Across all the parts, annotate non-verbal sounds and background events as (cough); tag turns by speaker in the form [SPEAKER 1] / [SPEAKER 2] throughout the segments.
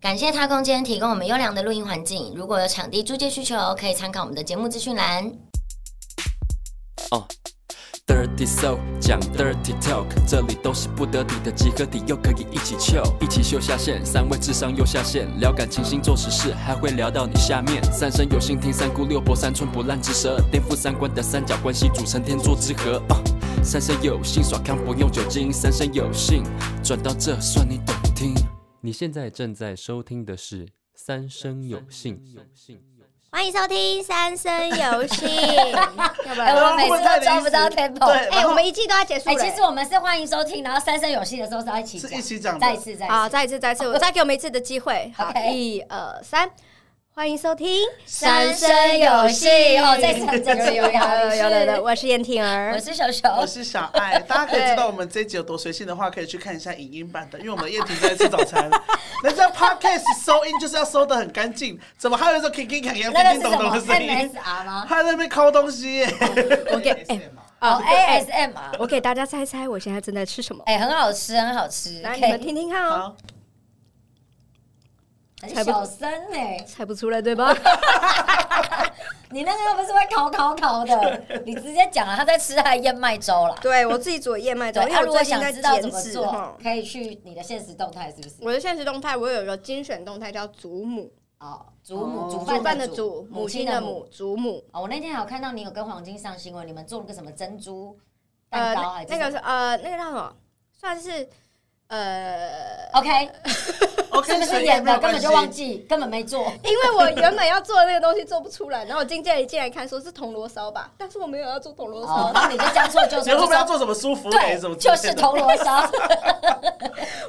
[SPEAKER 1] 感谢他空间提供我们优良的录音环境。如果有场地租借需求，可以参考我们的节目资讯栏。
[SPEAKER 2] Dirty Soul 讲 Dirty Talk，这里都是不得体的集合体，又可以一起 chill，一起秀下限，三位智商又下线，聊感情、星座、时事，还会聊到你下面。三生有幸听三姑六婆，三寸不烂之舌，颠覆三观的三角关系组成天作之合。啊、三生有幸耍康不用酒精，三生有幸转到这算你懂听。你现在正在收听的是《三生有幸》。
[SPEAKER 3] 欢迎收听《三生有幸》， (laughs) 要不
[SPEAKER 1] 哎、
[SPEAKER 3] 然
[SPEAKER 1] 我每次都抓不到 tempo。
[SPEAKER 4] 对，
[SPEAKER 3] 哎、
[SPEAKER 4] 然后
[SPEAKER 3] 我们一季都要结束
[SPEAKER 1] 哎、
[SPEAKER 3] 了、
[SPEAKER 1] 其实我们是欢迎收听，然后三生有幸的时候是要一起
[SPEAKER 4] 是
[SPEAKER 1] 讲
[SPEAKER 4] 一起讲的
[SPEAKER 1] 再一次，再一
[SPEAKER 3] 欸好，
[SPEAKER 1] 次。
[SPEAKER 3] 再一次，再一次， (laughs) 我再给我们一次的机会。好
[SPEAKER 1] OK
[SPEAKER 3] 一二三，欢迎收听《
[SPEAKER 1] 哦，再次很正确，有
[SPEAKER 3] 有有有有有
[SPEAKER 1] 有
[SPEAKER 3] 有，
[SPEAKER 1] 有，
[SPEAKER 3] (laughs) 我是燕婷儿
[SPEAKER 1] 我。是小熊。
[SPEAKER 4] 我是小爱，大家可以知道我们这一集有多随性的话，可以去看一下影音版的，因为我们燕婷在吃早餐。人家 podcast 收音就是要收的很干净，怎么还有一种叮叮锵锵、叮
[SPEAKER 1] 那个
[SPEAKER 4] 叮
[SPEAKER 1] 是
[SPEAKER 4] 咚
[SPEAKER 1] 什
[SPEAKER 4] 咚
[SPEAKER 1] 么
[SPEAKER 4] 的声音？
[SPEAKER 1] ？MSR 吗？
[SPEAKER 4] 他在那边抠东西耶，
[SPEAKER 3] 我给哎
[SPEAKER 1] 哦
[SPEAKER 3] 哦哎，
[SPEAKER 1] ，ASMR。
[SPEAKER 3] 我给大家猜猜，我现在正在吃什么？
[SPEAKER 1] 哎，很好吃，很好吃，
[SPEAKER 3] 来，
[SPEAKER 1] 可
[SPEAKER 3] 你们
[SPEAKER 1] 以
[SPEAKER 3] 听听看哦。
[SPEAKER 4] 好，
[SPEAKER 1] 很小声哎。
[SPEAKER 3] 猜不出来对吧？
[SPEAKER 1] 你那个又不是会烤烤烤 (laughs) 的，你直接讲啊了，他在吃他的燕麦粥啦。
[SPEAKER 3] (laughs) 对我自己煮燕麦粥，
[SPEAKER 1] 对，
[SPEAKER 3] 因为
[SPEAKER 1] 他
[SPEAKER 3] 我
[SPEAKER 1] 如果
[SPEAKER 3] 最近
[SPEAKER 1] 想
[SPEAKER 3] 在
[SPEAKER 1] 知道
[SPEAKER 3] 减
[SPEAKER 1] 怎么
[SPEAKER 3] 脂
[SPEAKER 1] 做
[SPEAKER 3] 哈，。
[SPEAKER 1] 可以去你的现实动态，是不是？
[SPEAKER 3] 我的现实动态，我有一个精选动态叫祖母，
[SPEAKER 1] 哦，祖母、
[SPEAKER 4] 哦
[SPEAKER 1] 煮
[SPEAKER 3] 煮
[SPEAKER 1] 饭
[SPEAKER 3] 饭
[SPEAKER 1] 的
[SPEAKER 3] 的
[SPEAKER 1] 祖
[SPEAKER 3] 祖，，母亲的母，。祖母。
[SPEAKER 1] 哦，我那天还有看到你有跟黄金上新闻，你们做了个什么珍珠蛋
[SPEAKER 3] 呃，
[SPEAKER 1] 糕啊
[SPEAKER 3] 那
[SPEAKER 1] 还是什么
[SPEAKER 3] 那个是呃，那个叫什么？算是
[SPEAKER 1] (laughs)
[SPEAKER 3] 呃，
[SPEAKER 4] (laughs)
[SPEAKER 1] OK，
[SPEAKER 4] OK，
[SPEAKER 1] 是不
[SPEAKER 4] 所
[SPEAKER 1] 是
[SPEAKER 4] 以
[SPEAKER 1] 演
[SPEAKER 4] 没有
[SPEAKER 1] 的？
[SPEAKER 4] 关
[SPEAKER 1] 根本
[SPEAKER 4] 系
[SPEAKER 1] 就忘。记，根本没
[SPEAKER 4] (laughs)
[SPEAKER 1] 做。
[SPEAKER 3] 因为我原本要做那个东西做不出来，然后我经纪人一进来看说是铜锣烧吧，但是我没有要做铜锣
[SPEAKER 1] 哦
[SPEAKER 3] 烧，，
[SPEAKER 1] 那你就将错就错。
[SPEAKER 4] (laughs) 你后面要
[SPEAKER 1] 就说
[SPEAKER 4] 做什么舒芙蕾什么
[SPEAKER 1] 对，
[SPEAKER 4] 之类
[SPEAKER 1] 就
[SPEAKER 4] 的？
[SPEAKER 1] 是铜锣
[SPEAKER 4] (laughs)
[SPEAKER 1] 烧。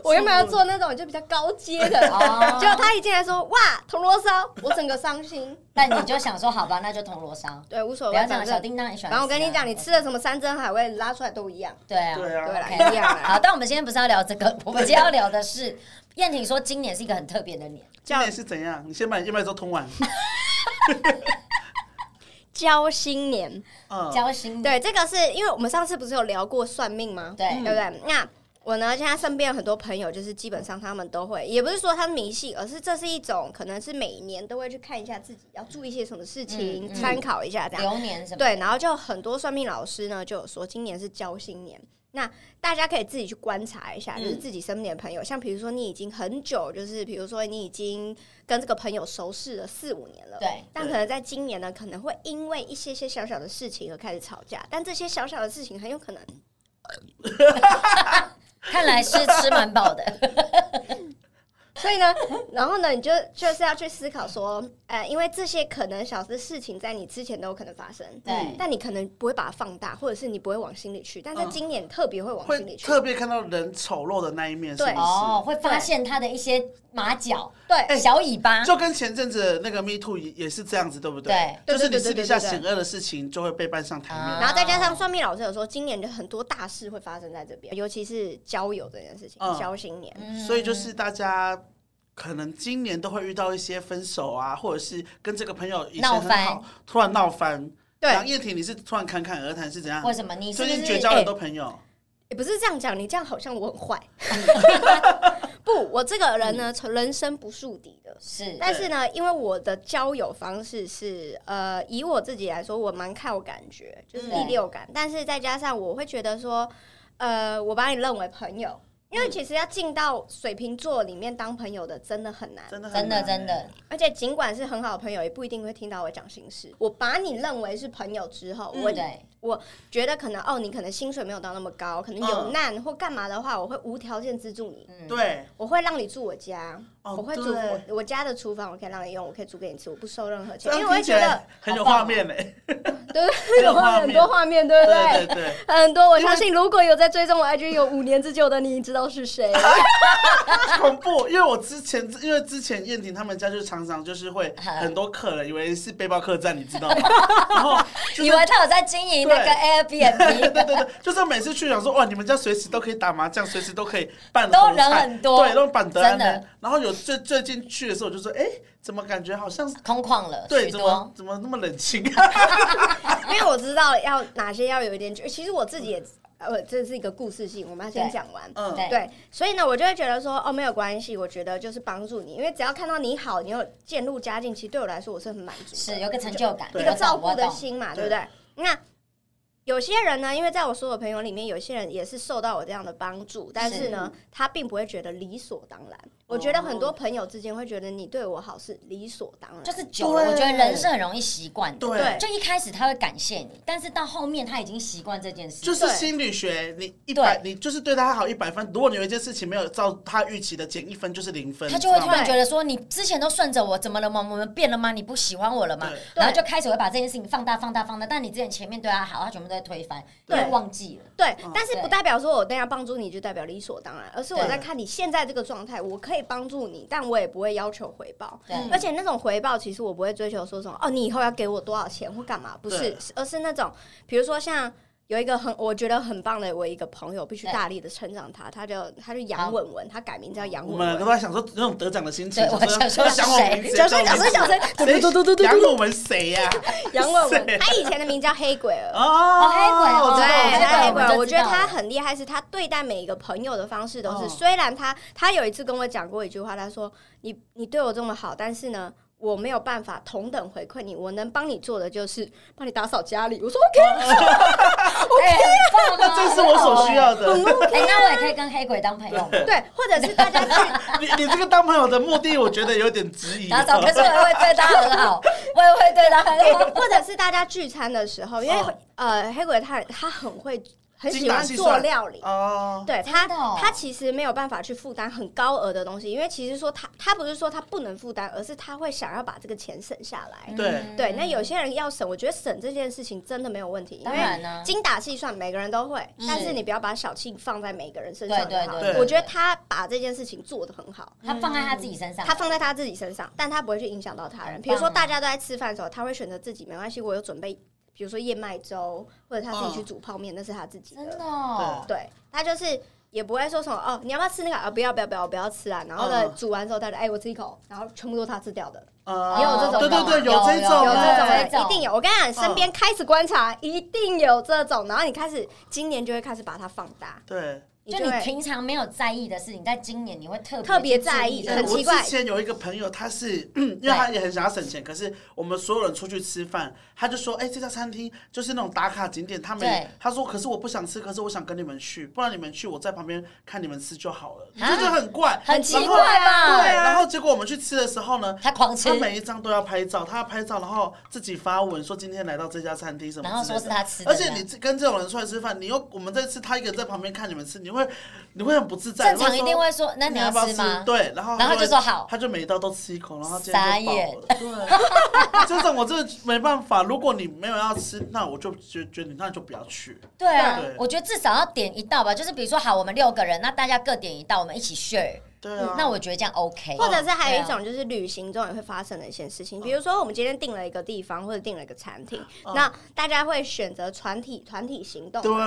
[SPEAKER 3] 我原本要做那种就比较高阶的。
[SPEAKER 1] 哦，
[SPEAKER 3] (laughs) 结果他一进来说哇铜锣烧，我整个伤
[SPEAKER 1] (laughs)
[SPEAKER 3] 心。
[SPEAKER 1] 但你就想说，好吧，那就铜锣烧。
[SPEAKER 3] 对，无所
[SPEAKER 1] 不
[SPEAKER 3] 谓，
[SPEAKER 1] 要这样，
[SPEAKER 3] 反
[SPEAKER 1] 小
[SPEAKER 3] 正。
[SPEAKER 1] 叮当也喜欢吃啊。
[SPEAKER 3] 然后我跟你讲，你吃的什么山珍海味拉出来都一样，
[SPEAKER 1] 对啊，
[SPEAKER 4] 对
[SPEAKER 3] 对啦，
[SPEAKER 4] 啊，
[SPEAKER 3] 一
[SPEAKER 1] OK
[SPEAKER 3] 样啦。
[SPEAKER 1] 好，但我们今天不是要聊这个，我们今天要聊的是燕婷说今年是一个很特别的年，
[SPEAKER 4] 今年是怎样？你先把你燕麦粥吞完。
[SPEAKER 3] 交新年，
[SPEAKER 4] 嗯，
[SPEAKER 1] 交心
[SPEAKER 3] 对，这个是因为我们上次不是有聊过算命吗？
[SPEAKER 1] 对
[SPEAKER 3] 对不对？那我呢，现在身边有很多朋友，就是基本上他们都会，也不是说他迷信，而是这是一种可能是每年都会去看一下自己要注意些什么事
[SPEAKER 1] 嗯嗯
[SPEAKER 3] 情，参、考一下这样。
[SPEAKER 1] 流年什么？
[SPEAKER 3] 对，然后就很多算命老师呢就有说，今年是交心年。那大家可以自己去观察一下，就是
[SPEAKER 1] 嗯
[SPEAKER 3] 自己身边的朋友，像比如说你已经很久，就是比如说你已经跟这个朋友熟识了四五年了，
[SPEAKER 1] 对
[SPEAKER 3] 但
[SPEAKER 4] 对
[SPEAKER 3] 可能在今年呢，可能会因为一些些小小的事情而开始吵架，但这些小小的事情很有可
[SPEAKER 4] (laughs)
[SPEAKER 3] 能，
[SPEAKER 1] 看来是吃蛮饱的。
[SPEAKER 3] 所以呢，然后呢，你就就是要去思考说，呃，因为这些可能小的事情在你之前都有可能发生，
[SPEAKER 1] 对
[SPEAKER 3] 但你可能不会把它放大，或者是你不会往心里去，但在
[SPEAKER 4] 嗯
[SPEAKER 3] 今年特别会往
[SPEAKER 4] 会
[SPEAKER 3] 心里去，
[SPEAKER 4] 特别看到人丑陋的那一面，是不
[SPEAKER 3] 对
[SPEAKER 1] 哦，
[SPEAKER 4] 是？
[SPEAKER 1] 会发现他的一些马脚、哎
[SPEAKER 3] 对。
[SPEAKER 1] 小尾巴。
[SPEAKER 4] 哎就跟前阵子那个 Me Too 也也是这样子，对不对？
[SPEAKER 1] 对
[SPEAKER 4] 就是你
[SPEAKER 3] 对对对
[SPEAKER 4] 私底
[SPEAKER 3] 对
[SPEAKER 4] 下
[SPEAKER 3] 对对啊
[SPEAKER 4] 险恶的事情就会被搬上台面。
[SPEAKER 3] 然后再加上算命老师有说，今年就很多大事会发生在这边，尤其是交友这件事情，
[SPEAKER 4] 嗯
[SPEAKER 3] 交新年。
[SPEAKER 1] 嗯
[SPEAKER 4] 所以就是大家可能今年都会遇到一些分手啊，或者是跟这个朋友以前很
[SPEAKER 1] 闹
[SPEAKER 4] 好，突然闹翻。
[SPEAKER 3] 对，
[SPEAKER 4] 杨叶婷，你是突然侃侃而谈是怎样？
[SPEAKER 1] 为什么你是哎
[SPEAKER 4] 最
[SPEAKER 1] 不
[SPEAKER 4] 近
[SPEAKER 1] 是
[SPEAKER 4] 绝交了很多朋友，
[SPEAKER 3] 也不是这样讲，你这样好像我很坏。 (laughs) 不，我这个人呢，人生不树敌的。
[SPEAKER 1] 嗯是
[SPEAKER 3] 但是呢，因为我的交友方式是，呃，以我自己来说，我蛮靠感觉，就是
[SPEAKER 1] 嗯
[SPEAKER 3] 第六感。但是再加上我会觉得说，呃，我把你认为朋友，因
[SPEAKER 1] 嗯
[SPEAKER 3] 为其实要进到水瓶座里面当朋友的哎真的很难。
[SPEAKER 4] 真的
[SPEAKER 1] 真
[SPEAKER 4] 很
[SPEAKER 1] 的
[SPEAKER 4] 难欸哎
[SPEAKER 1] 真的，
[SPEAKER 3] 而且尽管是很好的朋友，也不一定会听到我讲心事。我把你认为是朋友之后，我
[SPEAKER 1] 嗯对
[SPEAKER 3] 觉得可能哦，你可能薪水没有到那么高，可能有
[SPEAKER 4] 嗯
[SPEAKER 3] 难或干嘛的话，我会无条件资助你，
[SPEAKER 1] 嗯
[SPEAKER 4] 对。
[SPEAKER 3] 我会让你住我家，
[SPEAKER 4] 哦，
[SPEAKER 3] 我会煮我
[SPEAKER 4] 对，
[SPEAKER 3] 我家的厨房，我可以让你用，我可以煮给你吃，我不收任何
[SPEAKER 4] 这
[SPEAKER 3] 钱，因为
[SPEAKER 4] 样
[SPEAKER 3] 我会
[SPEAKER 4] 听起
[SPEAKER 3] 觉得
[SPEAKER 4] 来很有
[SPEAKER 1] 好棒
[SPEAKER 4] 画面嘞。
[SPEAKER 3] (laughs) 对
[SPEAKER 4] (laughs) 很有
[SPEAKER 3] 有
[SPEAKER 4] 画面
[SPEAKER 3] 很多画面，对不
[SPEAKER 4] 对
[SPEAKER 3] 对？
[SPEAKER 4] 对对，
[SPEAKER 3] 很多，我相信如果有在追踪我 IG 有五年之久的你，知道是谁？
[SPEAKER 4] (laughs) 恐怖！因为我之前，因为之前燕婷他们家就常常就是会
[SPEAKER 1] 哈
[SPEAKER 4] 很多客人以为是背包客栈，你
[SPEAKER 1] (laughs)
[SPEAKER 4] 知道吗？然后就是
[SPEAKER 1] 以为他有在经营那个
[SPEAKER 4] 对
[SPEAKER 1] Airbnb，
[SPEAKER 4] (laughs) 对对对，就是每次去想说，哇，你们家随时都可以打麻将，随时都可以办
[SPEAKER 1] 都
[SPEAKER 4] 红
[SPEAKER 1] 人
[SPEAKER 4] 菜
[SPEAKER 1] 很多
[SPEAKER 4] 对，都板德安
[SPEAKER 1] 真
[SPEAKER 4] 的。然后有最最近去的时候，我就说，哎，怎么感觉好像是
[SPEAKER 1] 空旷了
[SPEAKER 4] 对，
[SPEAKER 1] 呃许
[SPEAKER 4] 怎么
[SPEAKER 1] 多。
[SPEAKER 4] 怎
[SPEAKER 1] (laughs)
[SPEAKER 4] 么那么冷清？
[SPEAKER 3] 因为我知道要哪些要有一点距，其实我自己也。呃，这是一个故事性，我们要先讲完。
[SPEAKER 4] 嗯，
[SPEAKER 1] 对
[SPEAKER 3] 对，所以呢，我就会觉得说，哦，没有关系，我觉得就是帮助你，因为只要看到你好，你有渐入佳境，其实对我来说我是很满足的，
[SPEAKER 1] 是有个成就感，
[SPEAKER 4] 对
[SPEAKER 3] 一
[SPEAKER 1] 我
[SPEAKER 3] 个
[SPEAKER 1] 懂
[SPEAKER 3] 照顾
[SPEAKER 1] 我
[SPEAKER 3] 的
[SPEAKER 1] 懂
[SPEAKER 3] 心嘛，对不
[SPEAKER 4] 对
[SPEAKER 3] 对？那有些人呢，因为在我所有朋友里面，有些人也是受到我这样的帮助，但是呢，他并不会觉得理所当然。
[SPEAKER 1] 哦
[SPEAKER 3] 我觉得很多朋友之间会觉得你对我好是理所当然，
[SPEAKER 1] 就是久了，
[SPEAKER 4] 对
[SPEAKER 1] 我觉得人是很容易习惯的。
[SPEAKER 4] 对，
[SPEAKER 1] 就一开始他会感谢你，但是到后面他已经习惯这件事。
[SPEAKER 4] 就是心理学，你一
[SPEAKER 1] 对
[SPEAKER 4] 百，你就是对他好一百分。如果你有一件事情没有照他预期的减一分，就是零分，
[SPEAKER 1] 他就会
[SPEAKER 4] 你知
[SPEAKER 1] 突
[SPEAKER 4] 道吗
[SPEAKER 1] 然觉得说，你之前都顺着我，怎么了吗？我们变了吗？你不喜欢我了吗？
[SPEAKER 4] 对
[SPEAKER 1] 然后就开始会把这件事情放大、放大、放大。但你之前前面对他好，他全部都在推翻，因
[SPEAKER 3] 对
[SPEAKER 1] 为忘记了。
[SPEAKER 3] 对，但是
[SPEAKER 1] 对
[SPEAKER 3] 不代表说我那样帮助你就代表理所当然，而是我
[SPEAKER 1] 对
[SPEAKER 3] 在看你现在这个状态，我可以帮助你，但我也不会要求回报。
[SPEAKER 1] 对，
[SPEAKER 3] 而且那种回报，其实我不会追求说什么哦，你以后要给我多少钱或干嘛，不是
[SPEAKER 4] 对，
[SPEAKER 3] 而是那种比如说像有一个很我觉得很棒的我一个朋友，必须
[SPEAKER 1] 对
[SPEAKER 3] 大力的成长他，他就他就杨文文，他改名叫杨文
[SPEAKER 4] 我们两
[SPEAKER 3] 文。
[SPEAKER 4] 个都在想说那种得奖的心情，
[SPEAKER 1] 对我想说
[SPEAKER 4] 说想我
[SPEAKER 1] 谁
[SPEAKER 4] 名字，
[SPEAKER 3] 小声，小声，小声！
[SPEAKER 4] 谁杨我们谁呀？
[SPEAKER 3] 杨文文
[SPEAKER 4] 谁，
[SPEAKER 3] 他以前的名叫黑鬼儿，
[SPEAKER 4] 哦
[SPEAKER 1] 黑鬼我知道
[SPEAKER 3] 对，
[SPEAKER 1] 知道
[SPEAKER 3] 他黑
[SPEAKER 1] 我
[SPEAKER 3] 鬼
[SPEAKER 1] 就
[SPEAKER 3] 儿，
[SPEAKER 1] 知
[SPEAKER 3] 我觉得
[SPEAKER 1] 道
[SPEAKER 3] 他
[SPEAKER 1] 了
[SPEAKER 3] 很厉害，是他对待每一个朋友的方式都
[SPEAKER 4] 哦
[SPEAKER 3] 是。虽然他他有一次跟我讲过一句话，他说：“你你对我这么好，但是呢。”我没有办法同等回馈你，我能帮你做的就是帮你打扫家里。我说 OK，
[SPEAKER 1] 哎，很棒啊
[SPEAKER 4] 这是我所需。要 (laughs) 的。
[SPEAKER 1] 很好哎，哎那我也可以跟黑鬼当朋友吗。
[SPEAKER 3] 对，或者是大家去，
[SPEAKER 4] 你你这个当朋友的目的，我觉得有点质疑。
[SPEAKER 1] 打扫，可是我也会对他很好， (laughs) 我也会对他很好。
[SPEAKER 3] 或者是大家聚餐的时候，因为、
[SPEAKER 4] 哦
[SPEAKER 3] 呃，黑鬼他他很会，很喜
[SPEAKER 4] 精打
[SPEAKER 3] 欢
[SPEAKER 4] 细
[SPEAKER 3] 做
[SPEAKER 4] 算
[SPEAKER 3] 料理。
[SPEAKER 4] 哦，
[SPEAKER 3] 对他，
[SPEAKER 1] 真的哦
[SPEAKER 3] 他其实没有办法去负担很高额的东西，因为其实说他，他不是说他不能负担，而是他会想要把这个钱省下来。
[SPEAKER 1] 嗯
[SPEAKER 4] 对
[SPEAKER 3] 对，那有些人要省，我觉得省这件事情真的没有问题，因
[SPEAKER 1] 当
[SPEAKER 3] 为
[SPEAKER 1] 然啊呢，
[SPEAKER 3] 精打细算每个人都会，
[SPEAKER 1] 嗯
[SPEAKER 3] 但是你不要把小气放在每个人身上就
[SPEAKER 1] 对对
[SPEAKER 3] 好
[SPEAKER 1] 对
[SPEAKER 3] 了。
[SPEAKER 4] 对
[SPEAKER 3] 我觉得他把这件事情做得很好。
[SPEAKER 1] 他放在他自己身上，
[SPEAKER 3] 他放在他自己身上，但他不会去影响到他
[SPEAKER 1] 很棒
[SPEAKER 3] 人。比如说
[SPEAKER 1] 啊
[SPEAKER 3] 大家都在吃饭的时候，他会选择自己没关系，我有准备，比如说燕麦粥，或者他自己去煮泡面，那是他自己
[SPEAKER 1] 嗯真的
[SPEAKER 3] 的。
[SPEAKER 1] 哦，
[SPEAKER 3] 对，他就是也不会说什么哦，你要不要吃那个啊？不要不要不要，我不要吃啊。然后呢，
[SPEAKER 4] 嗯
[SPEAKER 3] 煮完之后他就哎，我吃一口，然后全部都是他吃掉的。
[SPEAKER 4] 呃
[SPEAKER 1] 也有这种
[SPEAKER 4] 对对对，
[SPEAKER 1] 有有嗯
[SPEAKER 4] 这种
[SPEAKER 3] 有这种
[SPEAKER 1] 对
[SPEAKER 4] 哎，
[SPEAKER 3] 人一定有。我跟你讲，身边开始观察，一定有这种。然后你开始今年就会开始把它放大，
[SPEAKER 4] 对。
[SPEAKER 1] 就
[SPEAKER 3] 会
[SPEAKER 1] 你平常没有在意的事情，在今年你会特
[SPEAKER 3] 特别
[SPEAKER 1] 去注
[SPEAKER 3] 在意
[SPEAKER 1] 这
[SPEAKER 3] 很
[SPEAKER 1] 个
[SPEAKER 3] 奇怪
[SPEAKER 4] 我之前有一个朋友，他是
[SPEAKER 1] 嗯
[SPEAKER 4] 因为他也很想要省钱，可是我们所有人出去吃饭，他就说：“哎、这家餐厅就是那种打卡景点，他
[SPEAKER 1] 对
[SPEAKER 4] 们他说，可是我不想吃，可是我想跟你们去，不然你们去，我在旁边看你们吃就好了。”
[SPEAKER 1] 啊
[SPEAKER 4] 这就很怪，
[SPEAKER 1] 很奇
[SPEAKER 4] 然后
[SPEAKER 1] 怪吧
[SPEAKER 4] 对，啊然后结果我们去吃的时候呢，
[SPEAKER 1] 他狂吃
[SPEAKER 4] 他，每一张都要拍照，他要拍照，然后自己发文说今天来到这家餐厅什么之类的，
[SPEAKER 1] 然后说是他吃的
[SPEAKER 4] 而且你跟这种人出来吃饭，你又我们在吃，他一个人在旁边看你们吃，你会你会很不自在。
[SPEAKER 1] 正常
[SPEAKER 4] 你
[SPEAKER 1] 一
[SPEAKER 4] 说
[SPEAKER 1] 定会说，那你
[SPEAKER 4] 你
[SPEAKER 1] 要
[SPEAKER 4] 不要
[SPEAKER 1] 吃吗？
[SPEAKER 4] 对，然后
[SPEAKER 1] 然后
[SPEAKER 4] 会
[SPEAKER 1] 就说好
[SPEAKER 4] 他就每一道都吃一口，然后今
[SPEAKER 1] 傻
[SPEAKER 4] 天就
[SPEAKER 1] 眼
[SPEAKER 4] 饱了。对， (laughs) 这种我真的没办法。如果你没有要吃，那我就觉觉得你那就不要去。
[SPEAKER 1] 对啊
[SPEAKER 4] 对，
[SPEAKER 1] 我觉得至少要点一道吧，就是比如说好，我们六个人，那大家各点一道，我们一起 share，
[SPEAKER 4] 对啊，
[SPEAKER 1] 嗯那我觉得这样 OK。
[SPEAKER 3] 或者是还有
[SPEAKER 1] 对
[SPEAKER 3] 一
[SPEAKER 1] 啊嗯
[SPEAKER 3] 种就是旅行中也会发生的一些事情，比如说我们今天订了一个地方或者订了一个餐厅，那大家会选择团体团体行动。因为